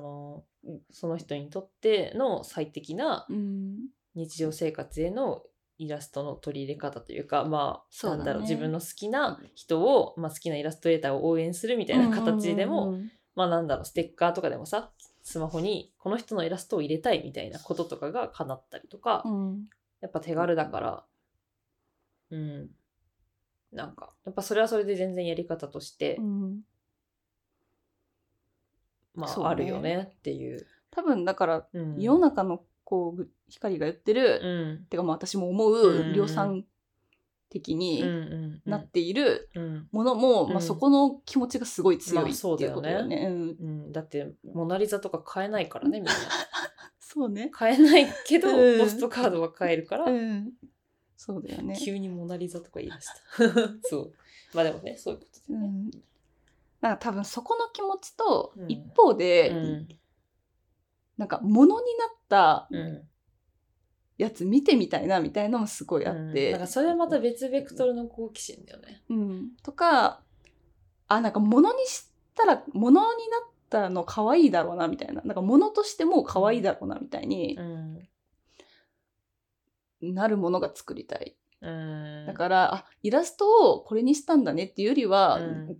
Speaker 1: のその人にとっての最適な
Speaker 2: うん
Speaker 1: 日常生活へのイラストの取り入れ方というかまあ
Speaker 2: そうだね
Speaker 1: なんだろう自分の好きな人を、まあ、好きなイラストレーターを応援するみたいな形でも、
Speaker 2: うん
Speaker 1: まあなんだろうステッカーとかでもさスマホにこの人のイラストを入れたいみたいなこととかが叶ったりとか、
Speaker 2: うん
Speaker 1: やっぱ手軽だから、うん。なんか、やっぱそれはそれで全然やり方として、
Speaker 2: うん、
Speaker 1: ま
Speaker 2: そう
Speaker 1: あ、
Speaker 2: ね
Speaker 1: あるよねっていう。
Speaker 2: 多分だから
Speaker 1: うん。
Speaker 2: 世の中のこう光が言ってる、
Speaker 1: うん。
Speaker 2: てかまあ私も思
Speaker 1: うん
Speaker 2: う量産的
Speaker 1: うん
Speaker 2: に
Speaker 1: うんうん。
Speaker 2: なっている
Speaker 1: うん。
Speaker 2: ものも、
Speaker 1: うん
Speaker 2: まあ、そこの気持ちがすごい強
Speaker 1: ま
Speaker 2: い
Speaker 1: あ
Speaker 2: って
Speaker 1: そうだ
Speaker 2: いう
Speaker 1: よ
Speaker 2: こと
Speaker 1: ね
Speaker 2: だよね。うん
Speaker 1: うん、だって、モナリザとか買えないからね、みんな。
Speaker 2: そうね、
Speaker 1: 買えないけど、
Speaker 2: うん
Speaker 1: ポストカードは買えるから、
Speaker 2: うん、そうだよね。
Speaker 1: 急にモナリザとか言い出した。 そう。まあでもね、そういうこと
Speaker 2: う
Speaker 1: でね。
Speaker 2: ん、なんか多分そこの気持ちと
Speaker 1: うん
Speaker 2: 一方で、
Speaker 1: うん。
Speaker 2: なんか物になった
Speaker 1: うん。
Speaker 2: やつ見てみたいなみたいのもすごいあっ
Speaker 1: う
Speaker 2: て、
Speaker 1: んなんかそれはまた別ベクトルの好奇心だよね。
Speaker 2: うん、とかあなんか物にしたら物になったの可愛いだろうなみたいななんか物としてもう可愛いだろうなみたいに
Speaker 1: うん。
Speaker 2: なるものが作りたい、
Speaker 1: うん。
Speaker 2: だからあイラストをこれにしたんだねっていうよりは、
Speaker 1: うん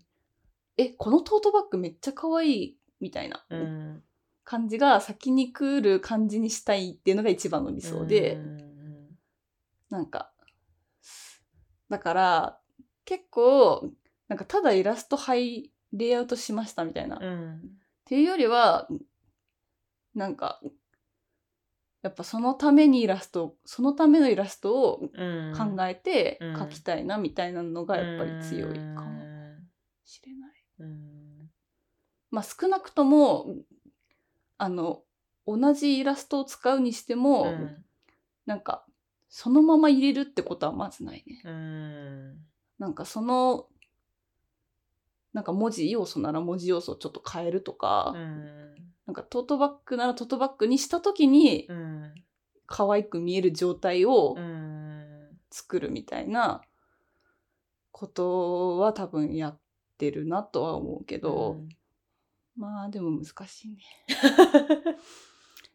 Speaker 2: えこのトートバッグめっちゃ可愛いみたいな
Speaker 1: うん、
Speaker 2: 感じが先に来る感じにしたいっていうのが一番の理想で、
Speaker 1: うん
Speaker 2: なんかだから結構なんかただイラスト配レイアウトしましたみたいな、
Speaker 1: う
Speaker 2: っ
Speaker 1: ん
Speaker 2: ていうよりはなんかやっぱそのためにイラストそのためのイラストを
Speaker 1: うん、
Speaker 2: 考えて
Speaker 1: うん
Speaker 2: 描きたいなみたいなのがやっぱり強いか
Speaker 1: う
Speaker 2: も
Speaker 1: ん
Speaker 2: しれない。
Speaker 1: うん
Speaker 2: まあ、少なくともあの同じイラストを使うにしても、
Speaker 1: うん
Speaker 2: なんかそのまま入れるってことはまずないね。
Speaker 1: うん
Speaker 2: なんかそのなんか文字要素なら文字要素をちょっと変えるとか、
Speaker 1: うん
Speaker 2: なんかトートバッグならトートバッグにした時に
Speaker 1: うん
Speaker 2: 可愛く見える状態を
Speaker 1: うん
Speaker 2: 作るみたいなことは多分やってるなとは思うけど、
Speaker 1: うん
Speaker 2: まあでも難しい ね。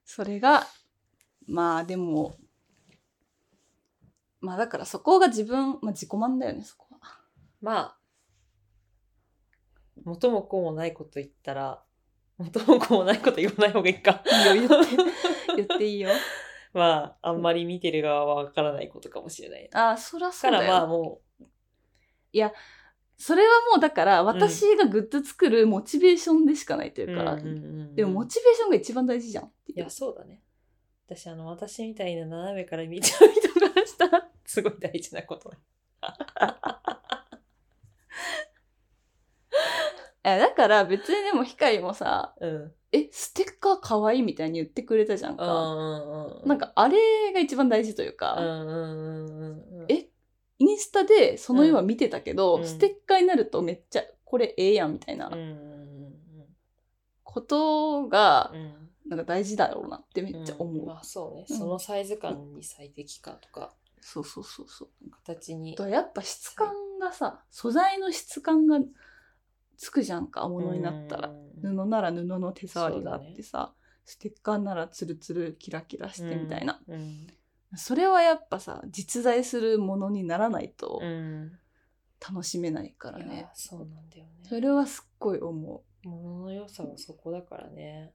Speaker 2: それがまあでもまあだからそこが自分、まあ、自己満だよねそこは。
Speaker 1: まあ元も子もないこと言ったら元も子もないこと言わない方がいいか
Speaker 2: いいよ言って言っていいよ。
Speaker 1: まああんまり見てる側はわからないことかもしれないだ
Speaker 2: ああそらそ
Speaker 1: か
Speaker 2: う
Speaker 1: ら
Speaker 2: だよ。
Speaker 1: まあも
Speaker 2: それはもうだから私がグッズ作るモチベーションでしかないと
Speaker 1: う
Speaker 2: いうか、
Speaker 1: うんうんうんうん
Speaker 2: でもモチベーションが一番大事じゃんって
Speaker 1: い
Speaker 2: いう
Speaker 1: や、そうだね。私、あの、私みたいな斜めから見ちゃう人からしたら、 すごい大事なことだ。
Speaker 2: えだから別にでも光もさ
Speaker 1: うん。
Speaker 2: 「えステッカーかわいい」みたいに言ってくれたじゃん
Speaker 1: う
Speaker 2: か、
Speaker 1: んうん。
Speaker 2: なん
Speaker 1: か、
Speaker 2: かあれが一番大事という
Speaker 1: うん
Speaker 2: か、
Speaker 1: うんうんうん。
Speaker 2: えインスタでその絵は見てたけど、
Speaker 1: うん
Speaker 2: ステッカーになるとめっちゃこれええやんみたいな
Speaker 1: うんうん
Speaker 2: こと
Speaker 1: う
Speaker 2: が
Speaker 1: んうん。
Speaker 2: なんか大事だろうなってめ
Speaker 1: め
Speaker 2: っちゃ思う、
Speaker 1: まあそうね。
Speaker 2: うん
Speaker 1: そのサイズ感に最適化とか、
Speaker 2: そうそうそうそう
Speaker 1: 形に。
Speaker 2: とやっぱ質感がさ素材の質感がつくじゃんか物になったら、
Speaker 1: うん。
Speaker 2: 布なら布の手触りがあ
Speaker 1: そう
Speaker 2: っ
Speaker 1: だね
Speaker 2: てさ、ステッカーならツルツルキラキラしてみたいな、
Speaker 1: うん。
Speaker 2: それはやっぱさ実在するものにならないと
Speaker 1: うん。
Speaker 2: 楽しめないから
Speaker 1: いや
Speaker 2: ね、
Speaker 1: そうなんだよね。
Speaker 2: それはすっごい思
Speaker 1: 物の良さはそこだからね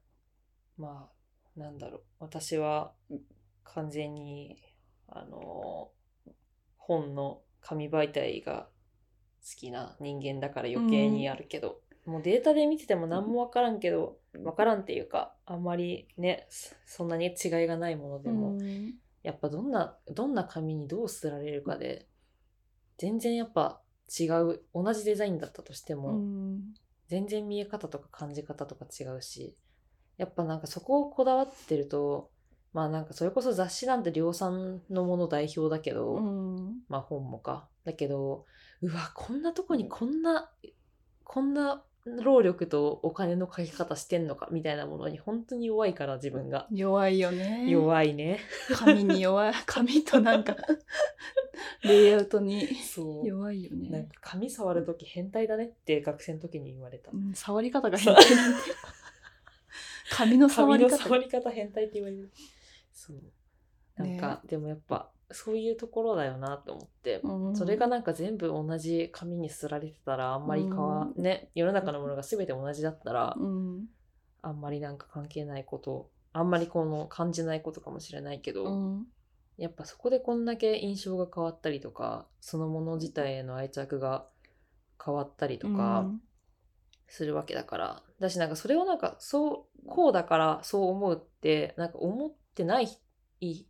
Speaker 1: まあなんだろう私は完全にあの本の紙媒体が好きな人間だから余計にやるけど、もうデータで見てても何も分からんけど分からんっていうかあんまりねそそんなに違いがないもの
Speaker 2: う、
Speaker 1: でも、
Speaker 2: うん
Speaker 1: やっぱどんなどんな紙にどうすられるかで全然やっぱ違う同じデザインだったとしても、
Speaker 2: うん
Speaker 1: 全然見え方とか感じ方とか違うしやっぱなんかそこをこだわってるとまあなんかそれこそ雑誌なんて量産のもの代表だけど、
Speaker 2: うん
Speaker 1: まあ本もかだけどうわこんなとこにこんなこんな労力とお金のかけ方してんのかみたいなものに本当に弱いから自分が、
Speaker 2: 弱いよね
Speaker 1: 弱い ね
Speaker 2: 紙に弱 い紙となんかレイアウトに
Speaker 1: そう
Speaker 2: 弱いよ
Speaker 1: なん
Speaker 2: ね、
Speaker 1: か髪触る時変態だねって学生の時に言われた
Speaker 2: うん、触り方が 変態なんだよ紙の触
Speaker 1: 髪
Speaker 2: り
Speaker 1: の
Speaker 2: 方
Speaker 1: 触り方変態って言われる。そう。なんか、でもやっぱそういうところだよなと思って、
Speaker 2: うん
Speaker 1: それがなんか全部同じ紙にすられてたらあんまり変わ、
Speaker 2: う
Speaker 1: ね世の中のものが全て同じだったら、
Speaker 2: うん
Speaker 1: あんまりなんか関係ないことあんまりこの感じないことかもしれないけど、
Speaker 2: うん
Speaker 1: やっぱそこでこんだけ印象が変わったりとかそのもの自体への愛着が変わったりとかするわけだから、だしなんかそれをなんかそうこうだからそう思うってなんか思ってないい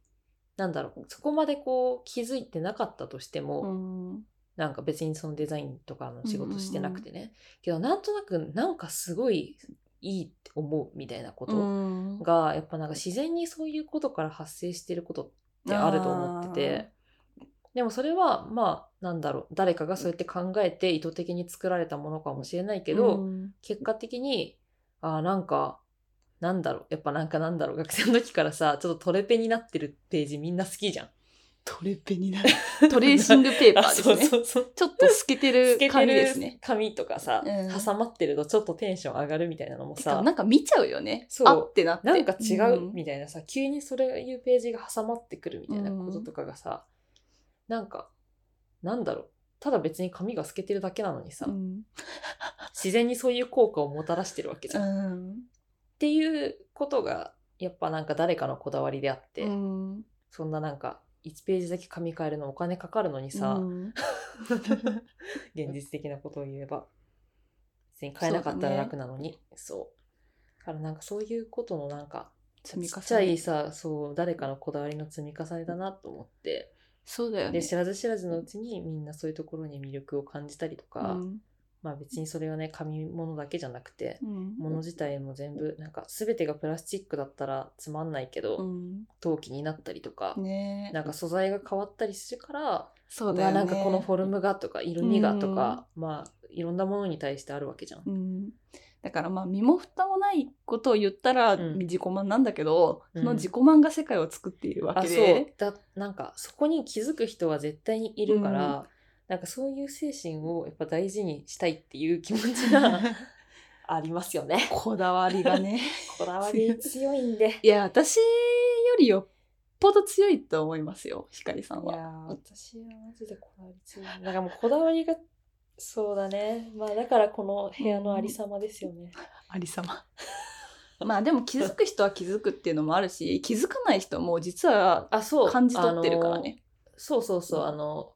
Speaker 1: なんだろうそこまでこう気づいてなかったとしても、
Speaker 2: うんうん
Speaker 1: なんか別にそのデザインとかの仕事してなくてね、けどなんとなくなんかすごいいいって思うみたいなこ
Speaker 2: う
Speaker 1: と
Speaker 2: ん
Speaker 1: が、やっぱなんか自然にそういうことから発生してることってあると思っててでもそれはまあなんだろう誰かがそうやって考えて意図的に作られたものかもしれないけど、
Speaker 2: うん
Speaker 1: 結果的にあーなんかなんだろうやっぱなんかなんだろう学生の時からさちょっとトレペになってるページみんな好きじゃん。
Speaker 2: トレペになるトレーシングペーパーですね
Speaker 1: あそうそうそう
Speaker 2: ちょっと透け
Speaker 1: 透け
Speaker 2: てる
Speaker 1: て
Speaker 2: 紙
Speaker 1: る
Speaker 2: ですね
Speaker 1: 紙とかさ、
Speaker 2: うん
Speaker 1: 挟まってるとちょっとテンション上がるみたいなのも
Speaker 2: てか
Speaker 1: さ
Speaker 2: なんか見ちゃうよね
Speaker 1: そう
Speaker 2: あってなって
Speaker 1: なんか違うんみたいなさ、急にそういうページが挟まってくるみたいなこととかがさ、なんかなんだろうただ別に紙が透けてるだけなのにさ、
Speaker 2: うん
Speaker 1: 自然にそういう効果をもたらしてるわけじ
Speaker 2: う
Speaker 1: ゃん。っ
Speaker 2: ん
Speaker 1: ていうことがやっぱなんか誰かのこだわりであって、
Speaker 2: うん
Speaker 1: そんななんか1ページだけ紙変えるのお金かかるのにさ、
Speaker 2: うん
Speaker 1: 現実的なことを言えば別に買えなかったら楽なのにそう,、だからなんかそういうことのなんかち
Speaker 2: 積み重ね
Speaker 1: っちゃいさそう誰かのこだわりの積み重ねだなと思って、
Speaker 2: そうだよね
Speaker 1: で知らず知らずのうちにみんなそういうところに魅力を感じたりとか、
Speaker 2: うん
Speaker 1: まあ別にそれはね紙物だけじゃなくて
Speaker 2: うん
Speaker 1: 物自体も全部なんか全てがプラスチックだったらつまんないけど、
Speaker 2: うん
Speaker 1: 陶器になったりとか、
Speaker 2: ね
Speaker 1: なんか素材が変わったりするから
Speaker 2: そう
Speaker 1: う
Speaker 2: だよ
Speaker 1: わ
Speaker 2: ね
Speaker 1: なんかこのフォルムがとか色味がとか、まあいろんなものに対してあるわけじゃん。
Speaker 2: うん、だからまあ身も蓋もないことを言ったら
Speaker 1: うん
Speaker 2: 自己満なんだけど、
Speaker 1: うん
Speaker 2: その自己満が世界を作っているわ
Speaker 1: あ
Speaker 2: け
Speaker 1: そう
Speaker 2: で、
Speaker 1: だなんかそこに気づく人は絶対にいるから、なんかそういう精神をやっぱ大事にしたいっていう気持ち がありますよね。
Speaker 2: こだわりがね
Speaker 1: こだわり強いんで。い
Speaker 2: いや私よりよっぽど強いと思いますよひかりさん
Speaker 1: や
Speaker 2: は。
Speaker 1: ー私はマジでこだわり強い。なんかもうこだわりがそうだね。まあだからこの部屋のありさまですよね。
Speaker 2: ありさま。まあでも気づく人は気づくっていうのもあるし気づかない人も実は
Speaker 1: あそう
Speaker 2: 感じ取ってるからね。
Speaker 1: あのそうそうそうあの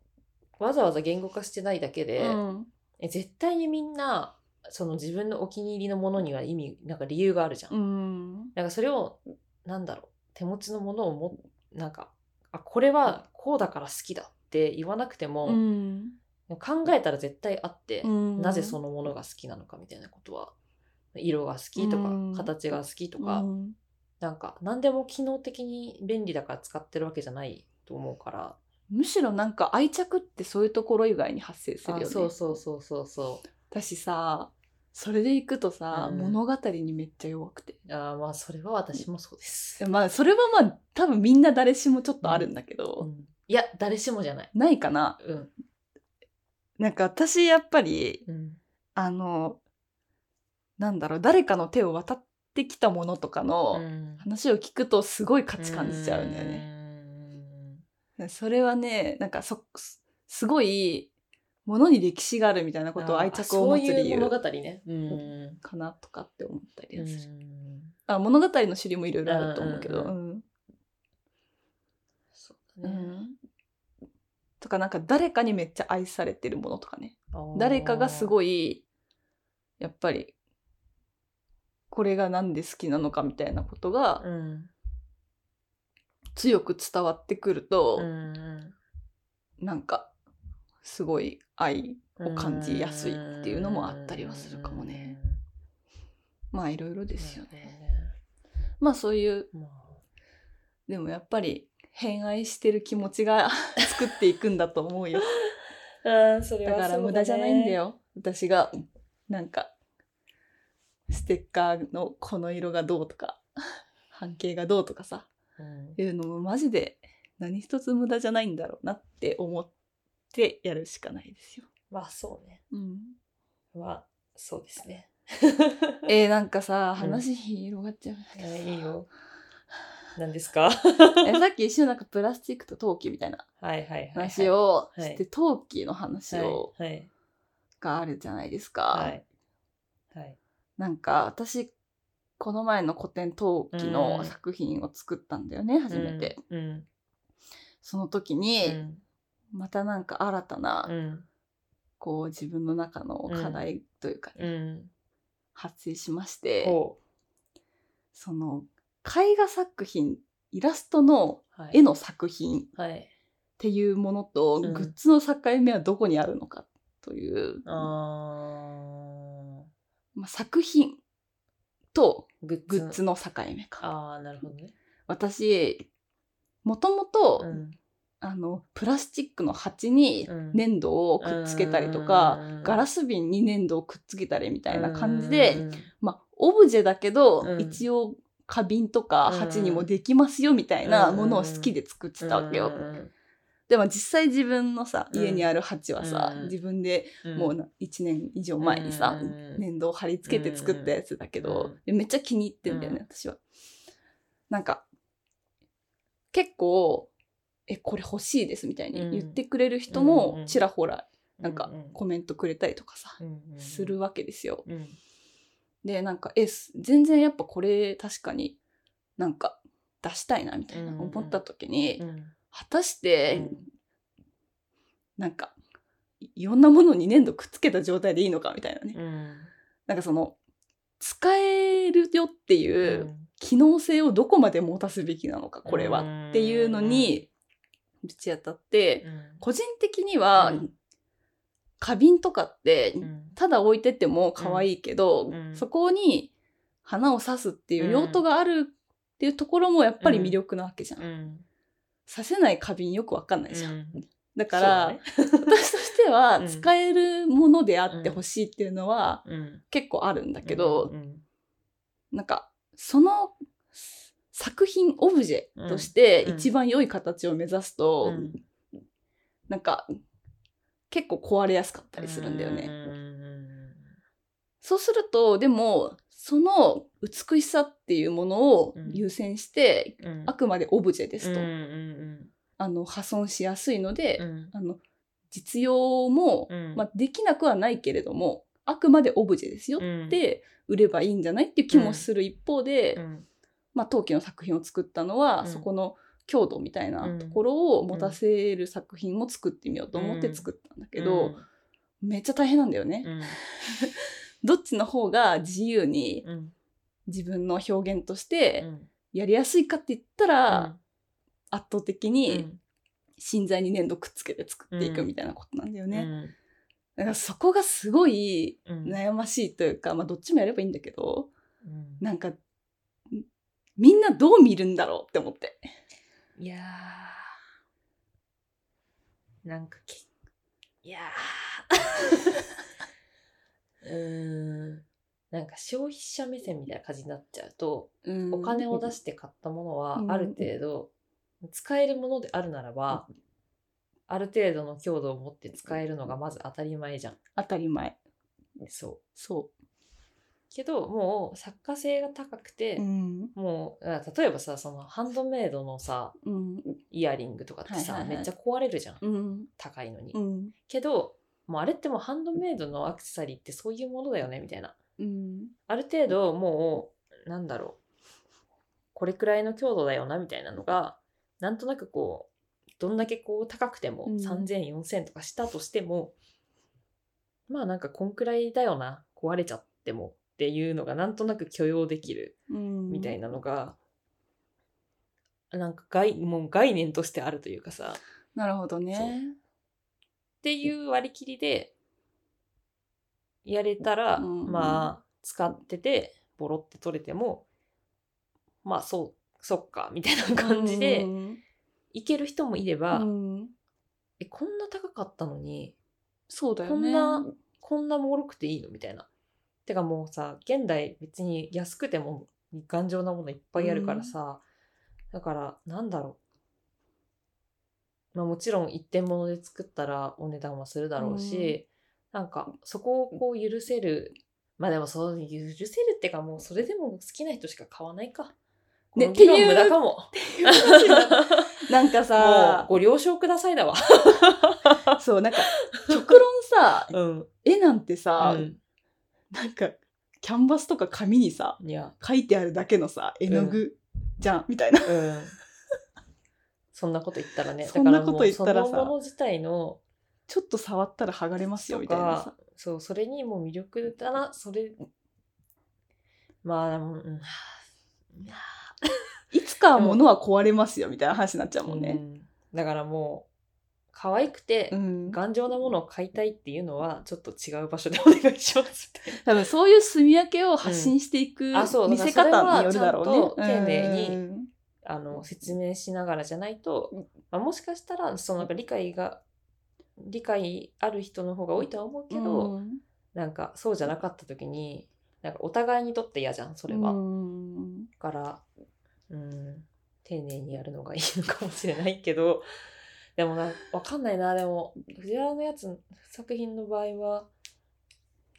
Speaker 1: わざわざ言語化してないだけで。
Speaker 2: うん
Speaker 1: え絶対にみんなその自分のお気に入りのものには意味なんか理由があるじゃん。
Speaker 2: うん
Speaker 1: なんかそれをなんだろう手持ちのものをもなんかあこれはこうだから好きだって言わなくても、
Speaker 2: うん
Speaker 1: 考えたら絶対あって、
Speaker 2: うん
Speaker 1: なぜそのものが好きなのかみたいなことは色が好きとか、
Speaker 2: うん
Speaker 1: 形が好きとか、
Speaker 2: うん
Speaker 1: なんか何でも機能的に便利だから使ってるわけじゃないと思うから、
Speaker 2: むしろなんか愛着ってそういうところ以外に発生するよね。
Speaker 1: あそうそうそうそうそ
Speaker 2: 私さそれでいくとさ、
Speaker 1: うん
Speaker 2: 物語にめっちゃ弱くて
Speaker 1: うあーまあそれは私もそうです。
Speaker 2: まあそれはまあ多分みんな誰しもちょっとあるんだけ
Speaker 1: う
Speaker 2: ど、
Speaker 1: んいや誰しもじゃない。
Speaker 2: ないかな
Speaker 1: うん
Speaker 2: なんか私やっぱり
Speaker 1: うん
Speaker 2: あのなんだろう誰かの手を渡ってきたものとかの話を聞くとすごい価値感じちゃうんだよね。
Speaker 1: ね。
Speaker 2: それはねなんかそすすごい物に歴史があるみたいなことを愛着を持つ理
Speaker 1: そういう物
Speaker 2: 由
Speaker 1: 語ね。うん。
Speaker 2: かなとかって思ったりする。
Speaker 1: うん
Speaker 2: あ物語の種類もいろいろあると思うけど。
Speaker 1: うんう
Speaker 2: うん
Speaker 1: そうだね
Speaker 2: とかなんか誰かにめっちゃ愛されてるものとかね
Speaker 1: あー
Speaker 2: 誰かがすごいやっぱりこれがなんで好きなのかみたいなことが
Speaker 1: うん
Speaker 2: 強く伝わってくると
Speaker 1: う、ん
Speaker 2: なんかすごい愛
Speaker 1: うん
Speaker 2: を感じやすいっていうのもあったりはするかもね。まあいろいろ
Speaker 1: うん
Speaker 2: ですよね。。まあそういう
Speaker 1: まあ
Speaker 2: でもやっぱり偏愛してる気持ち が作っていくんだと思うよ。
Speaker 1: あーそれ
Speaker 2: だ
Speaker 1: は
Speaker 2: から無駄じゃないんだ。よ。私が、なんか、ステッカーのこの色がどうとか、半径がどうとかさ、
Speaker 1: そうだね
Speaker 2: いうのもマジで何一つ無駄じゃないんだろうなって思ってやるしかないですよ。
Speaker 1: うんまあそうね。
Speaker 2: うん、
Speaker 1: まあそうですね。
Speaker 2: えー、なんかさ、
Speaker 1: ん
Speaker 2: 話広がっちゃう。
Speaker 1: えいいよ。何ですかはい
Speaker 2: えさっき一瞬なんかプラスチックと陶器みたいな
Speaker 1: はいはい。
Speaker 2: 話をして、
Speaker 1: はいはい
Speaker 2: 陶器の話を、
Speaker 1: はいはい。
Speaker 2: があるじゃないですか。
Speaker 1: はい。はい。
Speaker 2: なんか私この前の古典陶器の
Speaker 1: うん
Speaker 2: 作品を作ったんだよね、初めて。
Speaker 1: うん
Speaker 2: その時
Speaker 1: う
Speaker 2: に、
Speaker 1: ん
Speaker 2: またなんか新たな、
Speaker 1: うん
Speaker 2: こう自分の中の課題というかね、
Speaker 1: うん
Speaker 2: 発生しまして、
Speaker 1: ほ
Speaker 2: その絵画作品イラストの
Speaker 1: うはい
Speaker 2: 絵の作品っ
Speaker 1: はい
Speaker 2: ていうものと、
Speaker 1: うん
Speaker 2: グッズの境目はどこにあるのかという、
Speaker 1: あ
Speaker 2: まあ、作品と
Speaker 1: ーグッ
Speaker 2: グッズの境目か。
Speaker 1: ああなるほどね
Speaker 2: 私もともと、
Speaker 1: うん
Speaker 2: あのプラスチックの鉢に
Speaker 1: うん
Speaker 2: 粘土をくっつけたりとか、
Speaker 1: うん
Speaker 2: ガラス瓶に粘土をくっつけたりみたいな感じ
Speaker 1: う
Speaker 2: で、
Speaker 1: ん
Speaker 2: まあ、オブジェだけど、
Speaker 1: うん
Speaker 2: 一応花瓶とか
Speaker 1: うん
Speaker 2: 鉢にもできますよみたいな
Speaker 1: うん
Speaker 2: ものを好きで作ってたわけ
Speaker 1: う
Speaker 2: よ。
Speaker 1: ん
Speaker 2: でも実際自分のさ
Speaker 1: うん
Speaker 2: 家にある鉢はさ、
Speaker 1: うん
Speaker 2: 自分でもうな1年以上前にさ、
Speaker 1: うん
Speaker 2: 粘土を貼り付けて作ったやつだけど、めっちゃ気に入ってんだよね、私は。なんか結構「えこれ欲しいです」みたいに言ってくれる人
Speaker 1: うんうんう
Speaker 2: も
Speaker 1: ん
Speaker 2: ちらほらなんか
Speaker 1: うう
Speaker 2: コメントくれたりとかさ、
Speaker 1: うんうんうん
Speaker 2: するわけですよ。
Speaker 1: うん
Speaker 2: でなんかえす全然やっぱこれ確かになんか出したいなみたいな
Speaker 1: うんうん
Speaker 2: 思った時に、
Speaker 1: うん
Speaker 2: 果たして、
Speaker 1: うん
Speaker 2: なんかいいろんなものに粘土くっつけた状態でいいのかみたいなね、
Speaker 1: うん
Speaker 2: なんかその使えるよっていううん機能性をどこまで持たすべきなのかこれ
Speaker 1: う
Speaker 2: は
Speaker 1: ん
Speaker 2: っていうのにぶち当たって
Speaker 1: うん
Speaker 2: 個人的には、
Speaker 1: うん
Speaker 2: 花瓶とかって、
Speaker 1: うん
Speaker 2: ただ置いてても可愛いけど、
Speaker 1: うん
Speaker 2: そこに花を刺すっていう用途があるっていうところもやっぱり魅力なわけじゃん。
Speaker 1: うん
Speaker 2: 刺せない花瓶よくわかんないじゃん。
Speaker 1: うん
Speaker 2: だから、
Speaker 1: そうだね
Speaker 2: 私としては
Speaker 1: うん
Speaker 2: 使えるものであってほしいっていうのは
Speaker 1: うん
Speaker 2: 結構あるんだけど、
Speaker 1: うん
Speaker 2: なんかその作品オブジェとして
Speaker 1: うん
Speaker 2: 一番良い形を目指すと、
Speaker 1: うん
Speaker 2: なんか結構壊れやすかったりするんだよね。
Speaker 1: うん
Speaker 2: そうするとでもその美しさっていうものを
Speaker 1: うん
Speaker 2: 優先して、
Speaker 1: うん
Speaker 2: あくまでオブジェですと、
Speaker 1: うんうん
Speaker 2: あの破損しやすいの
Speaker 1: う
Speaker 2: で、
Speaker 1: ん
Speaker 2: あの実用も、
Speaker 1: うん
Speaker 2: まあ、できなくはないけれどもあくまでオブジェですよ
Speaker 1: うん
Speaker 2: って売ればいいんじゃないっていう気もする一方で、
Speaker 1: うん
Speaker 2: まあ、陶器の作品を作ったのは、
Speaker 1: うん
Speaker 2: そこの強度みたいなところを持たせる作品も作ってみようと思って作ったんだけど、めっちゃ大変なんだよね。
Speaker 1: うん
Speaker 2: どっちの方が自由に
Speaker 1: うん
Speaker 2: 自分の表現とし
Speaker 1: う
Speaker 2: て
Speaker 1: ん
Speaker 2: やりやすいかって言ったら、圧倒的
Speaker 1: うん
Speaker 2: に芯材に粘土くっつけて作っていくみたいなことなんだよね。だからそこがすごい
Speaker 1: うん
Speaker 2: 悩ましいというか、まあ、どっちもやればいいんだけど
Speaker 1: うん
Speaker 2: なんかんみんなどう見るんだろうって思って。
Speaker 1: いやーなんかきいやーうーんなんか消費者目線みたいな感じになっちゃうとお金を出して買ったものは
Speaker 2: うん
Speaker 1: ある程度使えるものであるならばある程度の強度を持って使えるのがまず当たり前じゃん。
Speaker 2: 当たり前
Speaker 1: そう
Speaker 2: そ
Speaker 1: けどもう作家性が高くて、
Speaker 2: う、ん
Speaker 1: もうあ例えばさそのハンドメイドのさ
Speaker 2: うん
Speaker 1: イヤリングとかってさ、
Speaker 2: はいはいはい
Speaker 1: めっちゃ壊れるじゃん
Speaker 2: うん
Speaker 1: 高いのに。
Speaker 2: うん
Speaker 1: けどもうあれってもうハンドメイドのアクセサリーってそういうものだよねみたいな。
Speaker 2: うん
Speaker 1: ある程度もうなんだろうこれくらいの強度だよなみたいなのがなんとなくこうどんだけこう高くても、
Speaker 2: うん
Speaker 1: 30004000とかしたとしてもまあなんかこんくらいだよな壊れちゃってもっていうのがなんとなく許容できる
Speaker 2: うん
Speaker 1: みたいなのが、なんか概もう概念としてあるというかさっ
Speaker 2: なるほどね。
Speaker 1: ていう割り切りでやれたら、
Speaker 2: うん
Speaker 1: まあ使っててボロって取れてもまあそうそっかみたいな感じで、
Speaker 2: うん
Speaker 1: いける人もいれば、
Speaker 2: うん
Speaker 1: えこんな高かったのに
Speaker 2: そうだよね。
Speaker 1: こんなこんなもろくていいのみたいな。てかもうさ現代別に安くても頑丈なものいっぱいあるからさ、だからなんだろう、まあ、もちろん一点物で作ったらお値段はするだろうし、なんかそこをこう許せるまあでもそう許せるってかもうそれでも好きな人しか買わないか。
Speaker 2: ね
Speaker 1: この議論
Speaker 2: っていう
Speaker 1: 無駄かも。
Speaker 2: なんか
Speaker 1: もう
Speaker 2: さ、
Speaker 1: ご了承くださいだわ。
Speaker 2: そう、なんか、極論さ、
Speaker 1: うん。
Speaker 2: 絵なんてさ、
Speaker 1: うん
Speaker 2: なんか、キャンバスとか紙にさ
Speaker 1: いや、
Speaker 2: 書いてあるだけのさ絵の具じゃん、みたいな
Speaker 1: うん。そんなこと言ったらね。
Speaker 2: そんなこと言っ
Speaker 1: だか
Speaker 2: たらさ
Speaker 1: らもうそのもの自体の、
Speaker 2: ちょっと触ったら剥がれますよみたいなさ
Speaker 1: そう、それにもう魅力だな、それ、まあ、でもうん、
Speaker 2: いつかは物は壊れますよみたいな話になっちゃうもん
Speaker 1: う
Speaker 2: ね。
Speaker 1: んだからもう、可愛くて、
Speaker 2: うん、多
Speaker 1: 頑丈なものを買いたいっていうのは、ちょっと違う場所でお願いします みたいな。
Speaker 2: 分そういう住み分けを発信していく
Speaker 1: んあそう
Speaker 2: 見せ方によるだろ
Speaker 1: だ
Speaker 2: う
Speaker 1: から
Speaker 2: ね。
Speaker 1: それはちゃんと丁寧に
Speaker 2: うん
Speaker 1: あの説明しながらじゃないと、
Speaker 2: うん
Speaker 1: まあ、もしかしたらそのなんか理解が理解ある人の方が多いとは思うけど、
Speaker 2: うん
Speaker 1: なんかそうじゃなかった時になんかお互いにとって嫌じゃんそれは、
Speaker 2: う
Speaker 1: だ
Speaker 2: ん
Speaker 1: からうん丁寧にやるのがいいのかもしれないけどでもなわかんないなでも藤原のやつ作品の場合は、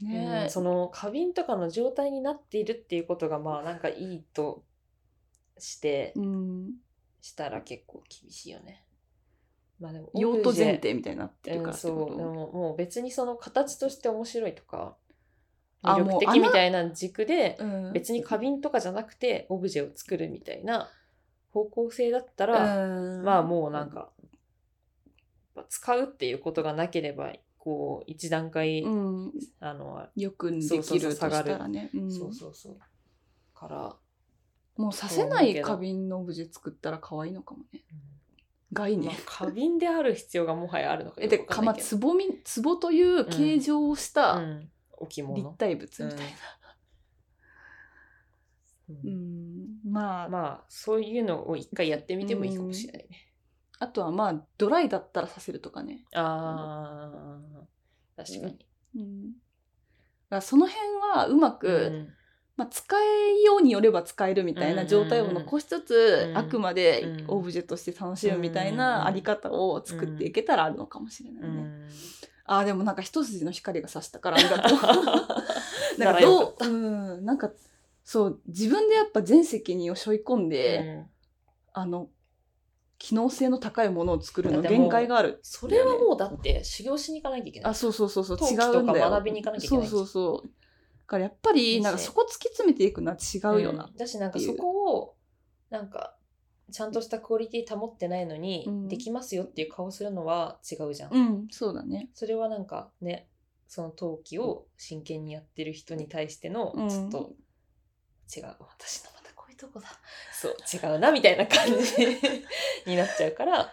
Speaker 2: ねえ
Speaker 1: うんその花瓶とかの状態になっているっていうことがまあなんかいいとして、
Speaker 2: うん
Speaker 1: したら結構厳しいよね。まあでも
Speaker 2: 用途前提みたいになって
Speaker 1: オ
Speaker 2: る
Speaker 1: ブジェ
Speaker 2: か
Speaker 1: うん
Speaker 2: らっ
Speaker 1: そう
Speaker 2: てこと、
Speaker 1: でももう別にその形として面白いとか
Speaker 2: あ
Speaker 1: 魅力
Speaker 2: もう
Speaker 1: 的
Speaker 2: 穴
Speaker 1: みたいな軸で
Speaker 2: うん
Speaker 1: 別に花瓶とかじゃなくてオブジェを作るみたいな方向性だったら、
Speaker 2: うん
Speaker 1: まあもうなんか使うっていうことがなければこう一段階、
Speaker 2: うん、
Speaker 1: あの、
Speaker 2: よくで
Speaker 1: そうそう
Speaker 2: き
Speaker 1: そう
Speaker 2: るとした
Speaker 1: 下が
Speaker 2: ら
Speaker 1: る
Speaker 2: ねうん
Speaker 1: そうそうそうから、
Speaker 2: もうさせない花瓶のオブジェ作ったら可愛いのかもね概
Speaker 1: まあ
Speaker 2: 念、
Speaker 1: 花瓶である必要がもはやあるのか
Speaker 2: え
Speaker 1: よ
Speaker 2: で
Speaker 1: くわ
Speaker 2: か
Speaker 1: かんな
Speaker 2: ま
Speaker 1: いけど
Speaker 2: つぼみつぼという形状をした
Speaker 1: うん、置
Speaker 2: 立
Speaker 1: 物、
Speaker 2: 体物みたいな、
Speaker 1: うん
Speaker 2: うんまあ、
Speaker 1: まあそういうのを一回やってみてもいいかもしれないね。
Speaker 2: あとはまあドライだったらさせるとかね、
Speaker 1: ああ確かに。
Speaker 2: うん、だからその辺はうまく、
Speaker 1: うん
Speaker 2: まあ、使えようによれば使えるみたいな状態を残しつつ、
Speaker 1: うん
Speaker 2: あくまで
Speaker 1: うん
Speaker 2: オブジェとして楽しむみたい
Speaker 1: うん
Speaker 2: なあり方を作っていけたらあるのかもしれな
Speaker 1: う
Speaker 2: いね。
Speaker 1: ん
Speaker 2: あーでもなんか一筋の光が差したからありがとう。 な んか
Speaker 1: よか
Speaker 2: どう、うん、なんかそう自分でやっぱ全責任を背負い込んで、
Speaker 1: うん
Speaker 2: あの機能性の高いものを作るの
Speaker 1: だってもう
Speaker 2: 限界がある。
Speaker 1: それはもうだって修行しに行かなきゃいけない。
Speaker 2: あそうそうそうそう
Speaker 1: 陶
Speaker 2: 違
Speaker 1: 器とか
Speaker 2: うんだよ。
Speaker 1: 学びに行かなきゃいけない
Speaker 2: そうそうそう。だからやっぱりなんかそこ突き詰めていくのは違うよな。
Speaker 1: んだしなんかそこをなんかちゃんとしたクオリティ保ってないのに、
Speaker 2: うん
Speaker 1: できますよっていう顔するのは違うじゃん。
Speaker 2: うん、そうだね。
Speaker 1: それはなんかねその陶器を真剣にやってる人に対しての
Speaker 2: うん
Speaker 1: ちょっと違う、私のまたこういうとこだそう違うなみたいな感じになっちゃうから、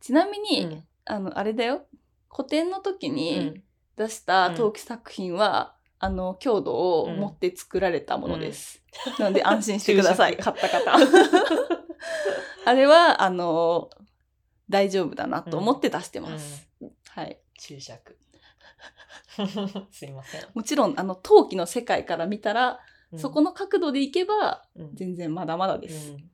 Speaker 2: ちなみに、
Speaker 1: うん
Speaker 2: あのあれだよ古典の時に出した陶器作品は、あの強度を持って作られたものです、なので安心してください
Speaker 1: 注
Speaker 2: 買った方 あれはあの大丈夫だなと思って出してます、はい、
Speaker 1: 注釈すいません、
Speaker 2: もちろんあの陶器の世界から見たら、
Speaker 1: うん
Speaker 2: そこの角度でいけば
Speaker 1: うん
Speaker 2: 全然まだまだです、
Speaker 1: うん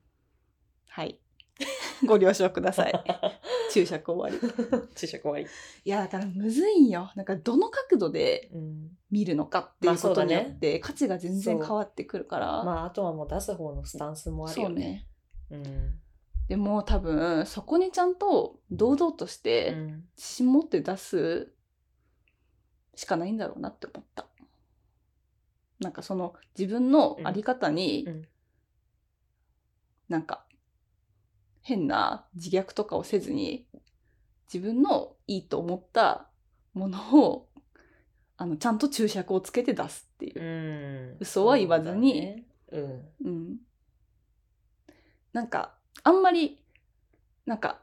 Speaker 2: はい ご了承ください 注釈終わり
Speaker 1: 注釈終 わり、
Speaker 2: いやだからむずいんよなんかどの角度で
Speaker 1: うん
Speaker 2: 見るのかっていうことによって、価値が全然
Speaker 1: そう
Speaker 2: 変わってくるから、
Speaker 1: まああとはもう出す方のスタンスもある
Speaker 2: そ
Speaker 1: よ
Speaker 2: う
Speaker 1: ね
Speaker 2: ね
Speaker 1: うん
Speaker 2: でも多分そこにちゃんと堂々とし
Speaker 1: う
Speaker 2: て
Speaker 1: ん
Speaker 2: 自信持って出すしかないんだろうなって思ったなんかその自分の在り方に、
Speaker 1: うんうん
Speaker 2: なんか変な自虐とかをせずに自分のいいと思ったものをあのちゃんと注釈をつけて出すっていう
Speaker 1: うん
Speaker 2: 嘘は言わずに
Speaker 1: そうだね
Speaker 2: うん。なんか、あんまり、なんか、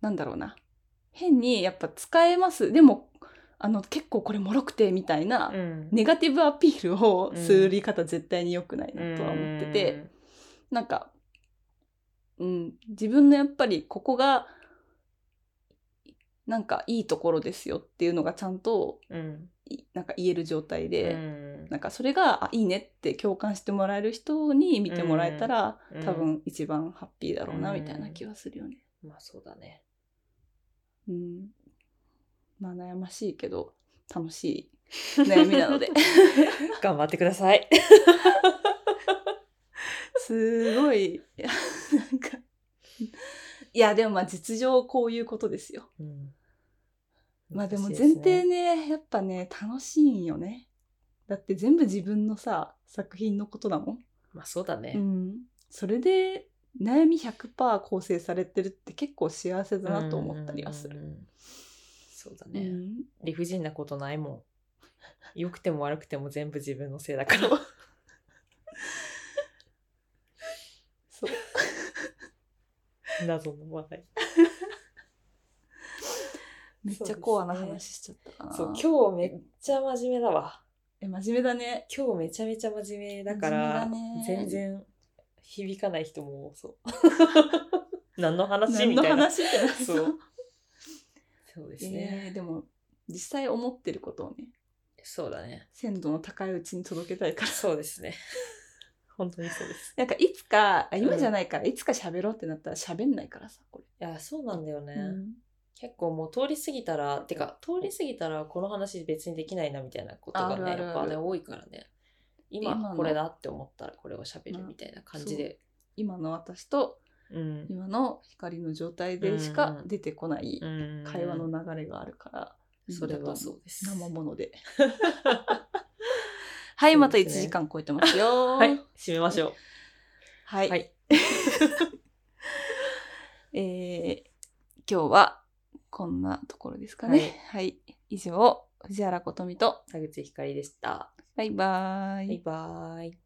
Speaker 2: なんだろうな。変にやっぱ使えます。でも、あの、結構これもろくて、みたいな、
Speaker 1: うん、うん
Speaker 2: ネガティブアピールをする言い方絶対に良くないなとは思ってて、なんか、うん、自分のやっぱりここが、なんかいいところですよっていうのがちゃんと、
Speaker 1: うん、うん
Speaker 2: いなんか言える状態で、
Speaker 1: うん
Speaker 2: なんかそれがあいいねって共感してもらえる人に見てもらえたら、
Speaker 1: うん
Speaker 2: 多分一番ハッピーだろうな、
Speaker 1: うん
Speaker 2: みたいな気はするよね。
Speaker 1: まあそうだね
Speaker 2: うん、まあ悩ましいけど楽しい悩みな ので
Speaker 1: 頑張ってください。
Speaker 2: すごいなんかいやでもまあ実情こういうことですよ。まあでも前提ねやっぱね楽しいんよね。だって全部自分のさ作品のことだもん、
Speaker 1: まあそうだね。
Speaker 2: うん、それで悩み100%構成されてるって結構幸せだなと思ったりはする。
Speaker 1: うんうんうんうん。そうだ
Speaker 2: う
Speaker 1: ね、
Speaker 2: ん、
Speaker 1: 理不尽なことないもん。良くても悪くても全部自分のせいだ から。
Speaker 2: そう
Speaker 1: 謎の話題。
Speaker 2: めっちゃコアな
Speaker 1: そうで
Speaker 2: 話
Speaker 1: す
Speaker 2: しちゃったかな。
Speaker 1: そう、今日めっちゃ真面目だわ。
Speaker 2: え真面目だね。
Speaker 1: 今日めちゃめちゃ真面目だから、
Speaker 2: 真面目だね
Speaker 1: 全然響かない人も多 そう。何の話
Speaker 2: 何
Speaker 1: み
Speaker 2: の
Speaker 1: たいな。
Speaker 2: 話ってなり
Speaker 1: そ
Speaker 2: そうう。
Speaker 1: そうですね。
Speaker 2: えーでも実際思ってることをね
Speaker 1: そうだね。
Speaker 2: 鮮度の高いうちに届けたいから。
Speaker 1: そうですね。本当にそうです。
Speaker 2: なんかいつかあ今じゃないから、いつか喋ろうってなったら喋んないからさこ
Speaker 1: いや、そうなんだよね。
Speaker 2: れ。うん
Speaker 1: 結構もう通り過ぎたら、てか通り過ぎたらこの話別にできないなみたいなことがね、
Speaker 2: あるあるある
Speaker 1: やっぱね、多いからね。
Speaker 2: 今
Speaker 1: 今
Speaker 2: の
Speaker 1: これだって思ったらこれを喋るみたいな感じで。
Speaker 2: 今の私と
Speaker 1: うん。
Speaker 2: 今の光の状態でし
Speaker 1: うん
Speaker 2: か
Speaker 1: うん
Speaker 2: 出てこない会話の流れがあるから、
Speaker 1: それはそうです。
Speaker 2: 生もの ではいま
Speaker 1: そ
Speaker 2: た
Speaker 1: う
Speaker 2: 1
Speaker 1: ですね
Speaker 2: 時間超えてますよ
Speaker 1: はい、締めましょう。
Speaker 2: はい
Speaker 1: はい
Speaker 2: えー今日はこんなところですかねはい、以上藤原琴美と
Speaker 1: 田口ひかりでした。
Speaker 2: バイバーイ
Speaker 1: バイバーイ。